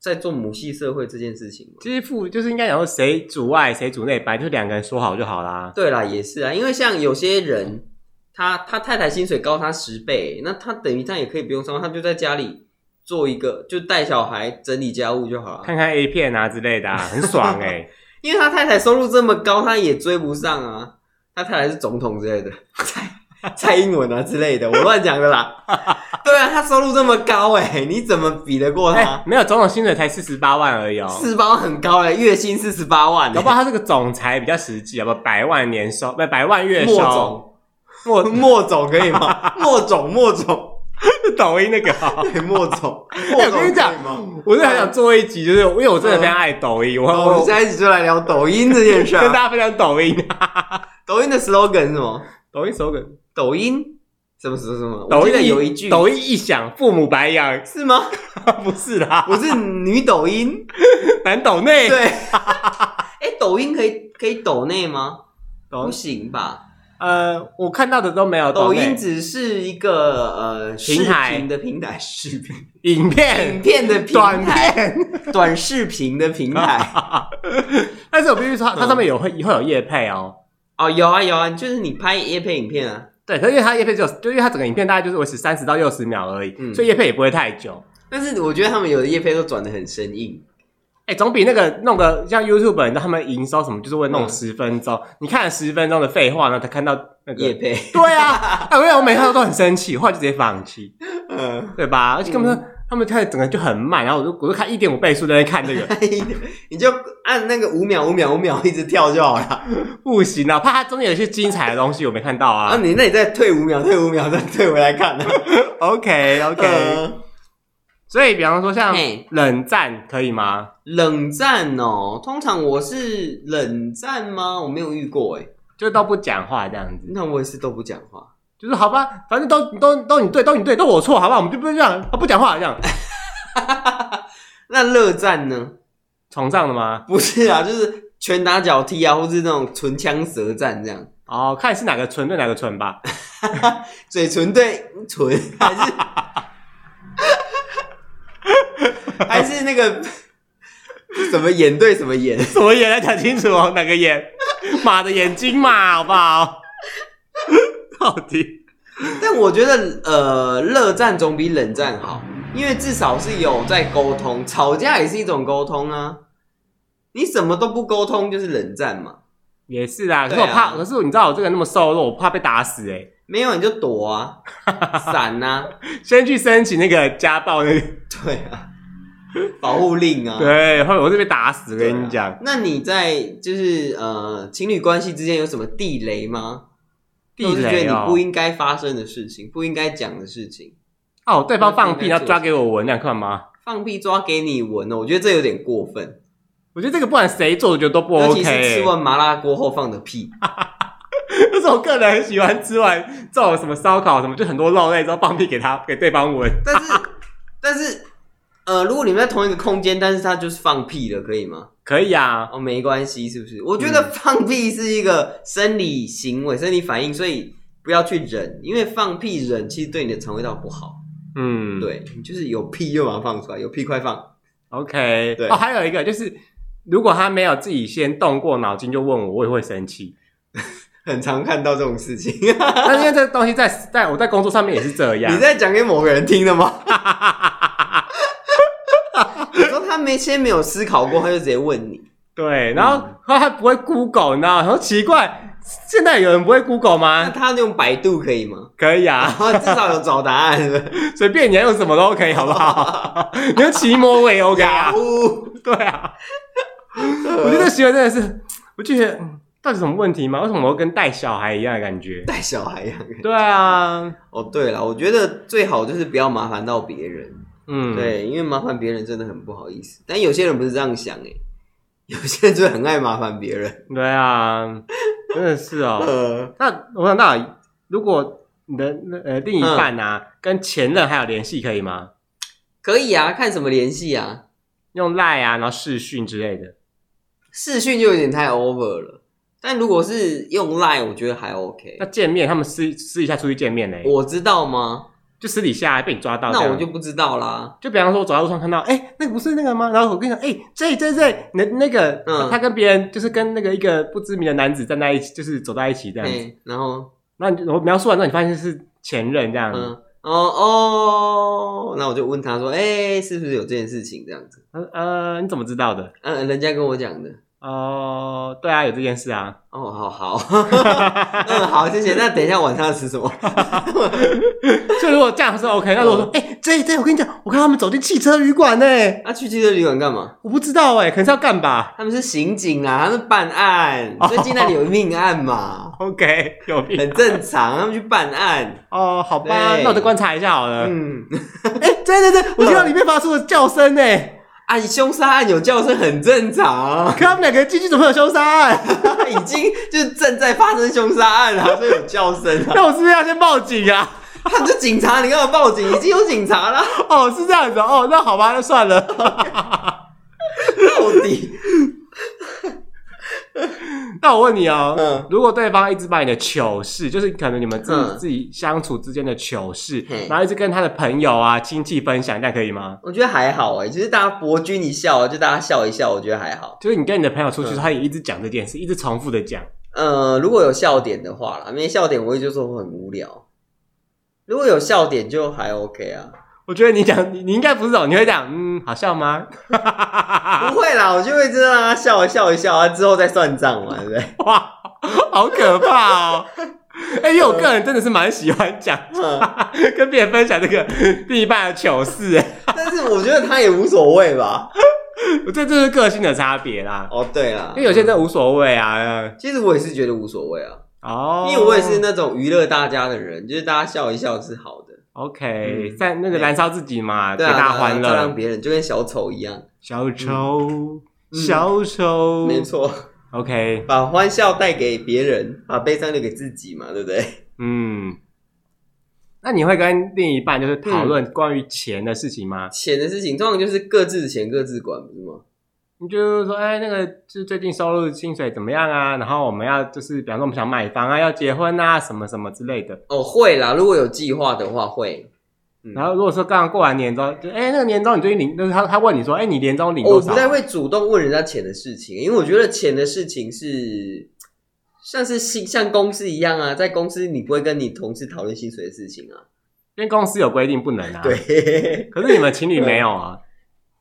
[SPEAKER 1] 在做母系社会这件事情嘛？
[SPEAKER 2] 其实父就是应该讲说谁主外谁主内，本来就是两个人说好就好啦。
[SPEAKER 1] 对啦，也是啊，因为像有些人，他他太太薪水高他十倍，那他等于他也可以不用上班，他就在家里做一个就带小孩、整理家务就好了。
[SPEAKER 2] 看看 A 片啊之类的、啊，很爽哎、
[SPEAKER 1] 因为他太太收入这么高，他也追不上啊。他太太是总统之类的， 蔡蔡英文啊之类的，我乱讲的 啦。对啊，他收入这么高哎、你怎么比得过
[SPEAKER 2] 哎、
[SPEAKER 1] 他？
[SPEAKER 2] 没有总统薪水才四十八万而已哦、
[SPEAKER 1] 啊四包很高哎、月薪四十八万、欸，
[SPEAKER 2] 搞不好他这个总裁比较实际，好不好？百万年收，不百万月收。
[SPEAKER 1] 莫总， 莫莫总可以 吗？莫总，莫总，
[SPEAKER 2] 抖音那个、哦，
[SPEAKER 1] 对，莫总，
[SPEAKER 2] 哎
[SPEAKER 1] 莫
[SPEAKER 2] 我
[SPEAKER 1] 总
[SPEAKER 2] 跟你讲
[SPEAKER 1] 可以吗？
[SPEAKER 2] 我是很想做一集，就是因为我真的非常爱抖音，我
[SPEAKER 1] 好嗯哦我
[SPEAKER 2] 我
[SPEAKER 1] 们下一集就来聊抖音这件事
[SPEAKER 2] 跟
[SPEAKER 1] 啊。
[SPEAKER 2] 大家分享抖音、啊，
[SPEAKER 1] 抖音的 slogan 是什么？
[SPEAKER 2] 抖音手梗，
[SPEAKER 1] 抖音什么什么什么？
[SPEAKER 2] 抖
[SPEAKER 1] 我记得
[SPEAKER 2] 音
[SPEAKER 1] 有一句
[SPEAKER 2] 抖音一响，父母白养，
[SPEAKER 1] 是吗？
[SPEAKER 2] 不是啦，
[SPEAKER 1] 我是女抖 音，
[SPEAKER 2] 男抖内，
[SPEAKER 1] 对。哎，抖音可以可以抖内吗？
[SPEAKER 2] 抖
[SPEAKER 1] 不行吧？
[SPEAKER 2] 呃，我看到的都没有
[SPEAKER 1] 抖
[SPEAKER 2] 内
[SPEAKER 1] 音只是一个呃视
[SPEAKER 2] 平台
[SPEAKER 1] 频的平台，视频
[SPEAKER 2] 影片、
[SPEAKER 1] 影片的平
[SPEAKER 2] 短
[SPEAKER 1] 台，
[SPEAKER 2] 片。
[SPEAKER 1] 短视频的平
[SPEAKER 2] 啊
[SPEAKER 1] 台。
[SPEAKER 2] 但是我必须说，它它上面有会会有叶配哦。
[SPEAKER 1] 哦，有啊有啊，就是你拍夜配影片啊。
[SPEAKER 2] 对，可是因为它叶配只有，就因为它整个影片大概就是维持三十到六十秒而已，
[SPEAKER 1] 嗯
[SPEAKER 2] 所以叶配也不会太久。
[SPEAKER 1] 但是我觉得他们有的叶配都转的很生硬，
[SPEAKER 2] 哎、总比那个弄个像 YouTube，你知道他们营收什么，就是会弄
[SPEAKER 1] 嗯
[SPEAKER 2] 十分钟，你看了十分钟的废话，然后才看到那
[SPEAKER 1] 叶
[SPEAKER 2] 个。
[SPEAKER 1] 配，
[SPEAKER 2] 对啊，哎，我想我每看都很生气，后来就直接放弃，
[SPEAKER 1] 嗯，
[SPEAKER 2] 对吧？而且根本、他们看整个就很慢，然后我就我就看一点五倍速在那看这个，
[SPEAKER 1] 你就按那个五秒五秒五秒一直跳就好了。
[SPEAKER 2] 不行啊，怕它中间有一些精彩的东西我没看到
[SPEAKER 1] 啊，
[SPEAKER 2] 啊。
[SPEAKER 1] 你那你再退五秒，退五秒，再退回来 看嗯呢。
[SPEAKER 2] OK OK，、
[SPEAKER 1] 呃
[SPEAKER 2] 所以比方说像
[SPEAKER 1] 嘿
[SPEAKER 2] 冷战可以吗？
[SPEAKER 1] 冷战哦，通常我是冷战吗？我没有遇过哎，
[SPEAKER 2] 就都不讲话这样子，
[SPEAKER 1] 那我也是都不讲话。
[SPEAKER 2] 就是好吧，反正都都都你对，都你对，都我错，好吧，我们就不这样，啊、不讲话这样，
[SPEAKER 1] 那热战呢？
[SPEAKER 2] 崇尚的吗？
[SPEAKER 1] 不是啊，就是拳打脚踢啊，或是那种唇枪舌战这样，
[SPEAKER 2] 哦，看是哪个唇对哪个唇吧。
[SPEAKER 1] 嘴唇对唇， 还是还是那个什么眼对什么眼。
[SPEAKER 2] 什么眼来讲清楚哦，哪个眼？ 马的眼睛嘛，好不好？ 到底
[SPEAKER 1] 但我觉得，呃，热战总比冷战好，因为至少是有在沟通，吵架也是一种沟通啊。你什么都不沟通就是冷战嘛，
[SPEAKER 2] 也是啊，可是
[SPEAKER 1] 对
[SPEAKER 2] 我
[SPEAKER 1] 啊
[SPEAKER 2] 怕，可是你知道我这个人那么瘦弱，我怕被打死哎、
[SPEAKER 1] 没有你就躲啊， 闪呐、
[SPEAKER 2] 先去申请那个家暴那个，
[SPEAKER 1] 对啊，保护令啊，
[SPEAKER 2] 对，后面我是被打死，我
[SPEAKER 1] 对啊，
[SPEAKER 2] 跟你讲。
[SPEAKER 1] 那你在就是呃情侣关系之间有什么地雷吗？
[SPEAKER 2] 地
[SPEAKER 1] 就是觉
[SPEAKER 2] 雷
[SPEAKER 1] 得
[SPEAKER 2] 哦
[SPEAKER 1] 你不应该发生的事情，不应该讲的事情，
[SPEAKER 2] 哦，对方放屁，
[SPEAKER 1] 那是应该
[SPEAKER 2] 然后
[SPEAKER 1] 做
[SPEAKER 2] 抓给我闻，那样看吗？
[SPEAKER 1] 放屁抓给你闻哦，我觉得这有点过分。
[SPEAKER 2] 我觉得这个不管谁做，我觉得都不
[SPEAKER 1] 尤
[SPEAKER 2] OK
[SPEAKER 1] 其
[SPEAKER 2] 欸。
[SPEAKER 1] 是吃完麻辣锅后放的 屁，
[SPEAKER 2] 就是我个人很喜欢吃完这 种什么烧烤什么，就很多肉类之后放屁给他给对方闻。
[SPEAKER 1] 但是但是呃，如果你们在同一个空间，但是他就是放屁了，可以吗？
[SPEAKER 2] 可以啊，
[SPEAKER 1] 哦，没关系，是不是？我觉
[SPEAKER 2] 嗯
[SPEAKER 1] 得放屁是一个生理行为、生理反应，所以不要去忍，因为放屁忍其实对你的肠胃道不好。
[SPEAKER 2] 嗯，
[SPEAKER 1] 对，你就是有屁就把它放出来，有屁快放。
[SPEAKER 2] ，OK，
[SPEAKER 1] 对
[SPEAKER 2] 哦，还有一个就是，如果他没有自己先动过脑筋就问我，我也会生气。
[SPEAKER 1] 很常看到这种事情。
[SPEAKER 2] 但因为这东西在在我在工作上面也是这样
[SPEAKER 1] 你，在讲给某个人听的吗？ 你说他没先没有思考过，他就直接问你。
[SPEAKER 2] 对，然后他还不会 Google，你知道吗？然后奇怪，现在有人不会 Google
[SPEAKER 1] 那
[SPEAKER 2] 吗？
[SPEAKER 1] 他用百度可以 吗？
[SPEAKER 2] 可以啊
[SPEAKER 1] 然，后至少有找答案是不是
[SPEAKER 2] 随便你要用什么都 OK，好不好？ 你用奇摩我也 OK 啊，
[SPEAKER 1] Yahoo
[SPEAKER 2] 对 啊，我觉得这个行为真的是，我就觉得嗯到底什么问题吗？为什么我跟带小孩一样的 感觉？
[SPEAKER 1] 带小孩一样。
[SPEAKER 2] 对啊，
[SPEAKER 1] 哦，对了，我觉得最好就是不要麻烦到别人，
[SPEAKER 2] 嗯，，
[SPEAKER 1] 对，因为麻烦别人真的很不好意思。但有些人不是这样想哎，有些人就很爱麻烦别人。
[SPEAKER 2] 对啊，真的是 哦。
[SPEAKER 1] 呃，
[SPEAKER 2] 那我想到，如果你的那呃另一半
[SPEAKER 1] 嗯
[SPEAKER 2] 啊，跟前任还有联系，可以吗？
[SPEAKER 1] 可以啊，看什么联系啊？
[SPEAKER 2] 用赖啊，然后视讯之类的。
[SPEAKER 1] 视讯就有点太 over 了，但如果是用 line，我觉得还 OK
[SPEAKER 2] 那。见面，他们私私底下出去见面嘞，
[SPEAKER 1] 我知道吗？
[SPEAKER 2] 就私底下被你抓到这样，
[SPEAKER 1] 那我就不知道啦。
[SPEAKER 2] 就比方说，我走在路上看到，哎、那个不是那个吗？然后我跟你讲，哎、这这这，你的那个，
[SPEAKER 1] 嗯
[SPEAKER 2] 他跟别人就是跟那个一个不知名的男子站在一起，就是走在一起这样子。
[SPEAKER 1] 嘿，然后，
[SPEAKER 2] 那你我描述完之后，你发现是前任这样子。
[SPEAKER 1] 嗯，哦哦，那我就问他说，哎、是不是有这件事情这样子？
[SPEAKER 2] 嗯、呃，你怎么知道的？
[SPEAKER 1] 嗯、人家跟我讲的。
[SPEAKER 2] 哦、对啊，有这件事 啊。
[SPEAKER 1] 哦，好好， 嗯，好，谢谢。那等一下晚上要吃什么？
[SPEAKER 2] 所以如果这样是 OK。那
[SPEAKER 1] 嗯
[SPEAKER 2] 如果说，哎、这这，我跟你讲，我看他们走进汽车旅馆呢、
[SPEAKER 1] 啊，去汽车旅馆干嘛？
[SPEAKER 2] 我不知道哎、可能是要干吧。
[SPEAKER 1] 他们是刑警啊，他们办 案，
[SPEAKER 2] 哦
[SPEAKER 1] 最近那里有命案嘛，
[SPEAKER 2] OK，有病
[SPEAKER 1] 很正常，他们去办案。
[SPEAKER 2] 哦，好吧，
[SPEAKER 1] 对
[SPEAKER 2] 那我再观察一下好了。哎、
[SPEAKER 1] 嗯，
[SPEAKER 2] 对对对，我听到里面发出了叫声呢、
[SPEAKER 1] 啊，凶杀案有叫声很正常，
[SPEAKER 2] 可他们两个进去怎么会有凶杀案？
[SPEAKER 1] 已经就是正在发生凶杀案了，所以有叫声啊。
[SPEAKER 2] 那我是不是要先报警啊？
[SPEAKER 1] 他就警察，你干嘛报警？已经有警察啦，
[SPEAKER 2] 哦，是这样子哦，那好吧，那算了。
[SPEAKER 1] 到底
[SPEAKER 2] 那我问你哦，
[SPEAKER 1] 嗯
[SPEAKER 2] 如果对方一直把你的糗事，就是可能你们自己、
[SPEAKER 1] 嗯
[SPEAKER 2] 自己相处之间的糗事
[SPEAKER 1] 嘿，
[SPEAKER 2] 然后一直跟他的朋友啊、亲戚分享，这样可以吗？
[SPEAKER 1] 我觉得还好哎、就是大家博君一笑，就大家笑一笑，我觉得还好。
[SPEAKER 2] 就是你跟你的朋友出去，
[SPEAKER 1] 嗯
[SPEAKER 2] 他也一直讲这件事，一直重复的讲。
[SPEAKER 1] 呃，如果有笑点的话啦，没笑点我也就说我很无聊。如果有笑点就还 OK 啊，
[SPEAKER 2] 我觉得你讲，你你应该不是哦，你会讲，嗯，好笑吗？ 啊
[SPEAKER 1] 不会啦，我就会知道让他笑一笑一笑啊，之后再算账嘛，对不对？
[SPEAKER 2] 哇，好可怕哦！ 哎、因为我个人真的是蛮喜欢讲，
[SPEAKER 1] 嗯
[SPEAKER 2] 跟别人分享这个另一半的糗事，哎
[SPEAKER 1] 但是我觉得他也无所谓吧。
[SPEAKER 2] 我这就是个性的差别啦。
[SPEAKER 1] 哦，对啦，
[SPEAKER 2] 因为有些人真的无所谓啊。呃
[SPEAKER 1] 其实我也是觉得无所谓啊，
[SPEAKER 2] 哦，
[SPEAKER 1] 因为我也是那种娱乐大家的人，就是大家笑一笑是好的，
[SPEAKER 2] OK，
[SPEAKER 1] 嗯
[SPEAKER 2] 在那个燃烧自己嘛，
[SPEAKER 1] 对
[SPEAKER 2] 给
[SPEAKER 1] 啊，
[SPEAKER 2] 大家欢
[SPEAKER 1] 照亮
[SPEAKER 2] 乐。
[SPEAKER 1] 别人就跟小丑一样，
[SPEAKER 2] 小丑，
[SPEAKER 1] 嗯
[SPEAKER 2] 小丑，
[SPEAKER 1] 没错，
[SPEAKER 2] OK，
[SPEAKER 1] 把欢笑带给别人，把悲伤留给自己嘛，对不对？
[SPEAKER 2] 嗯。那你会跟另一半就是讨
[SPEAKER 1] 嗯
[SPEAKER 2] 论关于钱的事情吗？
[SPEAKER 1] 钱的事情通常就是各自钱各自管，不是吗？
[SPEAKER 2] 你就是说，哎，那个就是最近收入薪水怎么样啊？然后我们要就是，比方说我们想买房啊，要结婚啊，什么什么之类的。
[SPEAKER 1] 哦，会啦，如果有计划的话会。嗯
[SPEAKER 2] 然后如果说刚好过完年终，就哎那个年终你最近领，就是他他问你说，哎你年终领
[SPEAKER 1] 哦我
[SPEAKER 2] 多少？
[SPEAKER 1] 不太会主动问人家钱的事情，因为我觉得钱的事情是像是薪像公司一样啊，在公司你不会跟你同事讨论薪水的事情啊。
[SPEAKER 2] 因为公司有规定不能啊。。
[SPEAKER 1] 对，
[SPEAKER 2] 可是你们情侣没有啊？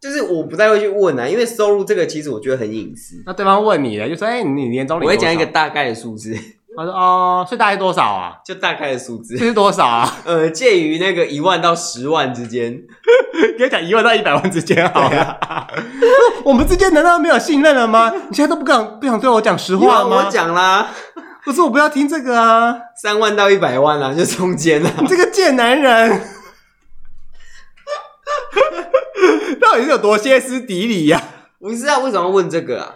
[SPEAKER 1] 就是我不太会去问啊，因为收入这个其实我觉得很隐私。
[SPEAKER 2] 那对方问你了，就说：“哎、你年终
[SPEAKER 1] 我
[SPEAKER 2] 领
[SPEAKER 1] 会
[SPEAKER 2] 多少
[SPEAKER 1] 讲一个，大概的数字，
[SPEAKER 2] 他说：“哦，所以大概多少啊？
[SPEAKER 1] 就大概的数字
[SPEAKER 2] 这，是多少啊？
[SPEAKER 1] 呃，介于那个一万到十万之间。
[SPEAKER 2] 可以讲一万到一百万之间好
[SPEAKER 1] 对啊
[SPEAKER 2] 了。 我们之间难道没有信任了吗？你现在都不敢不想对我讲实
[SPEAKER 1] 有
[SPEAKER 2] 话
[SPEAKER 1] 啊
[SPEAKER 2] 吗？
[SPEAKER 1] 我讲啦，
[SPEAKER 2] 可是我不要听这个啊！
[SPEAKER 1] 三万到一百万啦，就中间啦。
[SPEAKER 2] 你这个贱男人， 到底是有多歇斯底里呀、
[SPEAKER 1] 不是啊，为什么要问这个啊？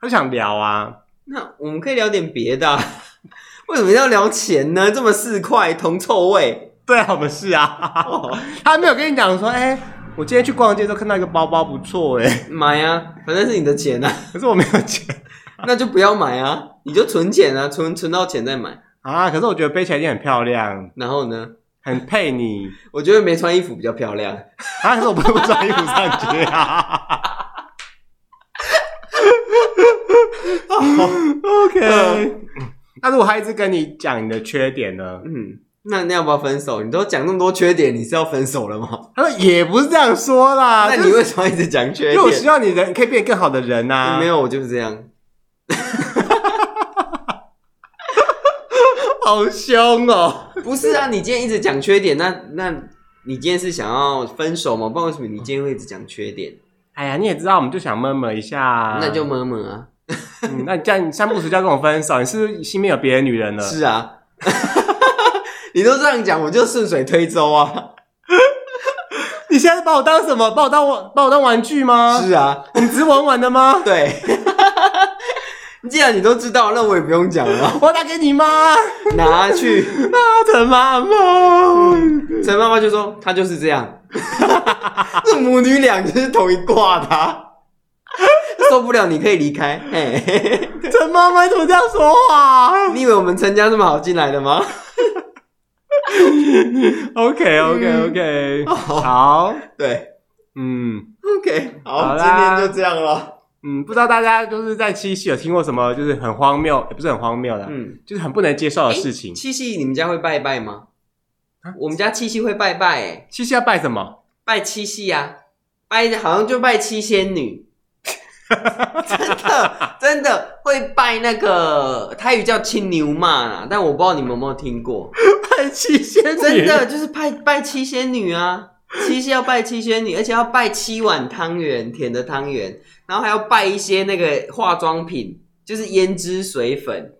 [SPEAKER 2] 他就想聊啊，
[SPEAKER 1] 那我们可以聊点别的、啊，为什么要聊钱呢？这么四块铜臭味，
[SPEAKER 2] 对啊，我们是啊，他没有跟你讲说，哎、我今天去逛街的时候看到一个包包不错哎、
[SPEAKER 1] 买啊，反正是你的钱啊，
[SPEAKER 2] 可是我没有钱
[SPEAKER 1] 那就不要买啊，你就存钱啊，存存到钱再买。
[SPEAKER 2] 啊。可是我觉得背起来一定很漂亮，
[SPEAKER 1] 然后呢，
[SPEAKER 2] 很配你
[SPEAKER 1] 我觉得没穿衣服比较漂亮。
[SPEAKER 2] 啊。可是我不会不穿衣服上街 啊。OK，那 如果他一直跟你讲你的缺点呢？
[SPEAKER 1] 嗯，那那要不要分手？你都讲那么多缺点，你是要分手了吗？
[SPEAKER 2] 他说也不是这样说啦，
[SPEAKER 1] 那
[SPEAKER 2] 啊就
[SPEAKER 1] 你
[SPEAKER 2] 是
[SPEAKER 1] 为什么一直讲缺
[SPEAKER 2] 因为我希
[SPEAKER 1] 点？
[SPEAKER 2] 望你人可以变更好的人呐、啊。
[SPEAKER 1] 没有，我就是这样。
[SPEAKER 2] 好凶哦！
[SPEAKER 1] 不是啊，你今天一直讲缺点，那那你今天是想要分手吗？不知道为什么你今天会一直讲缺点，
[SPEAKER 2] 哎呀，你也知道，我们就想闷闷一下，
[SPEAKER 1] 那就闷闷啊。
[SPEAKER 2] 嗯那你这样，你三不时就要跟我分手，你是不是心里有别的女人了？
[SPEAKER 1] 是啊， 你都这样讲，我就顺水推舟啊。
[SPEAKER 2] 你现在把我当什么？把我当玩把我当玩具吗？
[SPEAKER 1] 是啊，
[SPEAKER 2] 我们只是玩玩的吗？
[SPEAKER 1] 对。 既然你都知道，那我也不用讲了，
[SPEAKER 2] 我要打给你妈，
[SPEAKER 1] 拿去。
[SPEAKER 2] 啊，的妈妈，
[SPEAKER 1] 陈妈妈就说她就是这 样，这母女俩就是同一挂的啊、 受不了你可以离开。 嘿，
[SPEAKER 2] 陈妈妈你怎么这样说 话
[SPEAKER 1] 你以为我们陈家这么好进来的吗？
[SPEAKER 2] ？OK OK OK，、好，
[SPEAKER 1] 对
[SPEAKER 2] 嗯
[SPEAKER 1] ，OK，好，
[SPEAKER 2] 好
[SPEAKER 1] 今
[SPEAKER 2] 啦
[SPEAKER 1] 天就这样了。
[SPEAKER 2] 嗯，不知道大家就是在七夕有听过什么，就是很荒谬，也不是很荒谬的，
[SPEAKER 1] 嗯，
[SPEAKER 2] 就是很不能接受的事情。
[SPEAKER 1] 七夕你们家会拜拜吗
[SPEAKER 2] 啊？
[SPEAKER 1] 我们家七夕会拜拜、欸，
[SPEAKER 2] 七夕要拜什么？
[SPEAKER 1] 拜七夕啊，拜好像就拜七仙女，真的真的会拜那个台语叫青牛嘛啦，但我不知道你们有没有听过。
[SPEAKER 2] 拜七仙女，
[SPEAKER 1] 真的就是拜拜七仙女啊，七夕要拜七仙女，而且要拜七碗汤圆，甜的汤圆，然后还要拜一些那个化妆品，就是胭脂水粉。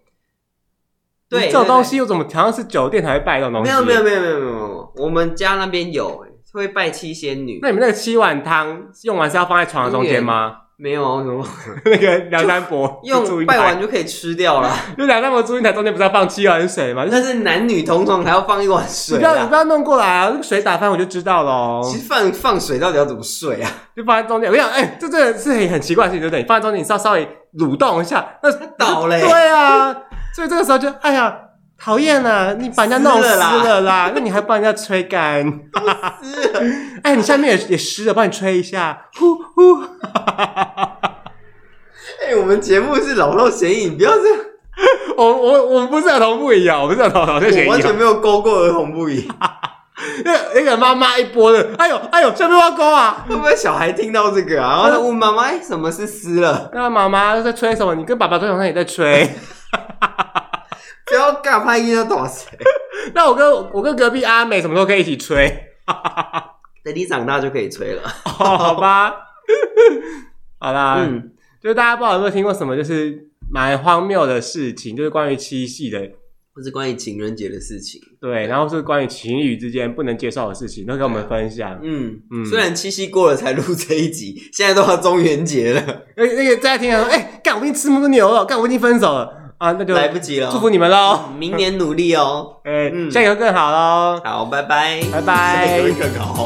[SPEAKER 1] 对，
[SPEAKER 2] 这种东西我怎么好像是酒店才会拜这种
[SPEAKER 1] 对
[SPEAKER 2] 东
[SPEAKER 1] 对
[SPEAKER 2] 西？
[SPEAKER 1] 没有没有。没有没有没有没有，我们家那边有、会拜七仙女
[SPEAKER 2] 那，你们那个七碗汤用完是要放在床的中间吗？
[SPEAKER 1] 没有啊，为什么
[SPEAKER 2] 那个梁山伯祝
[SPEAKER 1] 用
[SPEAKER 2] 英
[SPEAKER 1] 拜
[SPEAKER 2] 台
[SPEAKER 1] 完，就可以吃掉了，
[SPEAKER 2] 就梁山伯祝英台中间不是要放七碗水吗？就
[SPEAKER 1] 但
[SPEAKER 2] 是
[SPEAKER 1] 是男女同床还要放一碗
[SPEAKER 2] 你
[SPEAKER 1] 水
[SPEAKER 2] 不要你
[SPEAKER 1] 啊
[SPEAKER 2] 不。要弄过来啊！那个水打翻我就知道了哦，
[SPEAKER 1] 其实放放水到底要怎么睡啊？
[SPEAKER 2] 就放在中间。我跟你讲，哎、这真的是很很奇怪的事情，对不对？你放在中间，你稍稍微蠕动一下，那
[SPEAKER 1] 倒嘞
[SPEAKER 2] 对啊，所以这个时候就哎呀，讨厌啊！你把人家弄湿
[SPEAKER 1] 湿
[SPEAKER 2] 了啦，那你还帮人家吹干？哎，你下面也也湿了，帮你吹一下，呼呼。
[SPEAKER 1] 哎、我们节目是老肉嫌疑，你不要这样。
[SPEAKER 2] 我我我们不是儿童不宜啊，我们不是儿童儿童
[SPEAKER 1] 我
[SPEAKER 2] 嫌
[SPEAKER 1] 完
[SPEAKER 2] 疑
[SPEAKER 1] 全
[SPEAKER 2] 啊。
[SPEAKER 1] 没有勾过儿童不 宜，
[SPEAKER 2] 那个那个妈妈一拨的，哎呦哎呦，下面挖沟啊！
[SPEAKER 1] 会不会小孩听到这个啊？然后他问妈妈：“哎，什么是湿了？
[SPEAKER 2] 那妈妈在吹什么？你跟爸爸吹，好像也在吹。
[SPEAKER 1] 不要尬拍音要打谁？
[SPEAKER 2] 那我跟我跟隔壁阿美什么时候可以一起 吹？
[SPEAKER 1] 等你长大就可以吹了。
[SPEAKER 2] 哦、好吧， 好啦，
[SPEAKER 1] 嗯，
[SPEAKER 2] 就是大家不知道有没有听过什么，就是蛮荒谬的事情，就是关于七夕的，
[SPEAKER 1] 这是关于情人节的事情。
[SPEAKER 2] 对，然后是关于情侣之间不能接受的事情，都跟我们分享。
[SPEAKER 1] 嗯
[SPEAKER 2] 嗯
[SPEAKER 1] 虽然七夕过了才录这一集，现在都要中元节了，
[SPEAKER 2] 那那个大家听了说，哎、干，我已经吃那么多牛了，干，我已经分手了啊，那就
[SPEAKER 1] 来不及了。哦嗯
[SPEAKER 2] 祝福你们喽，
[SPEAKER 1] 明年努力哦。
[SPEAKER 2] 哎、
[SPEAKER 1] 嗯
[SPEAKER 2] 下一个更好喽。
[SPEAKER 1] 好，拜拜。
[SPEAKER 2] 拜拜
[SPEAKER 1] 有一个搞。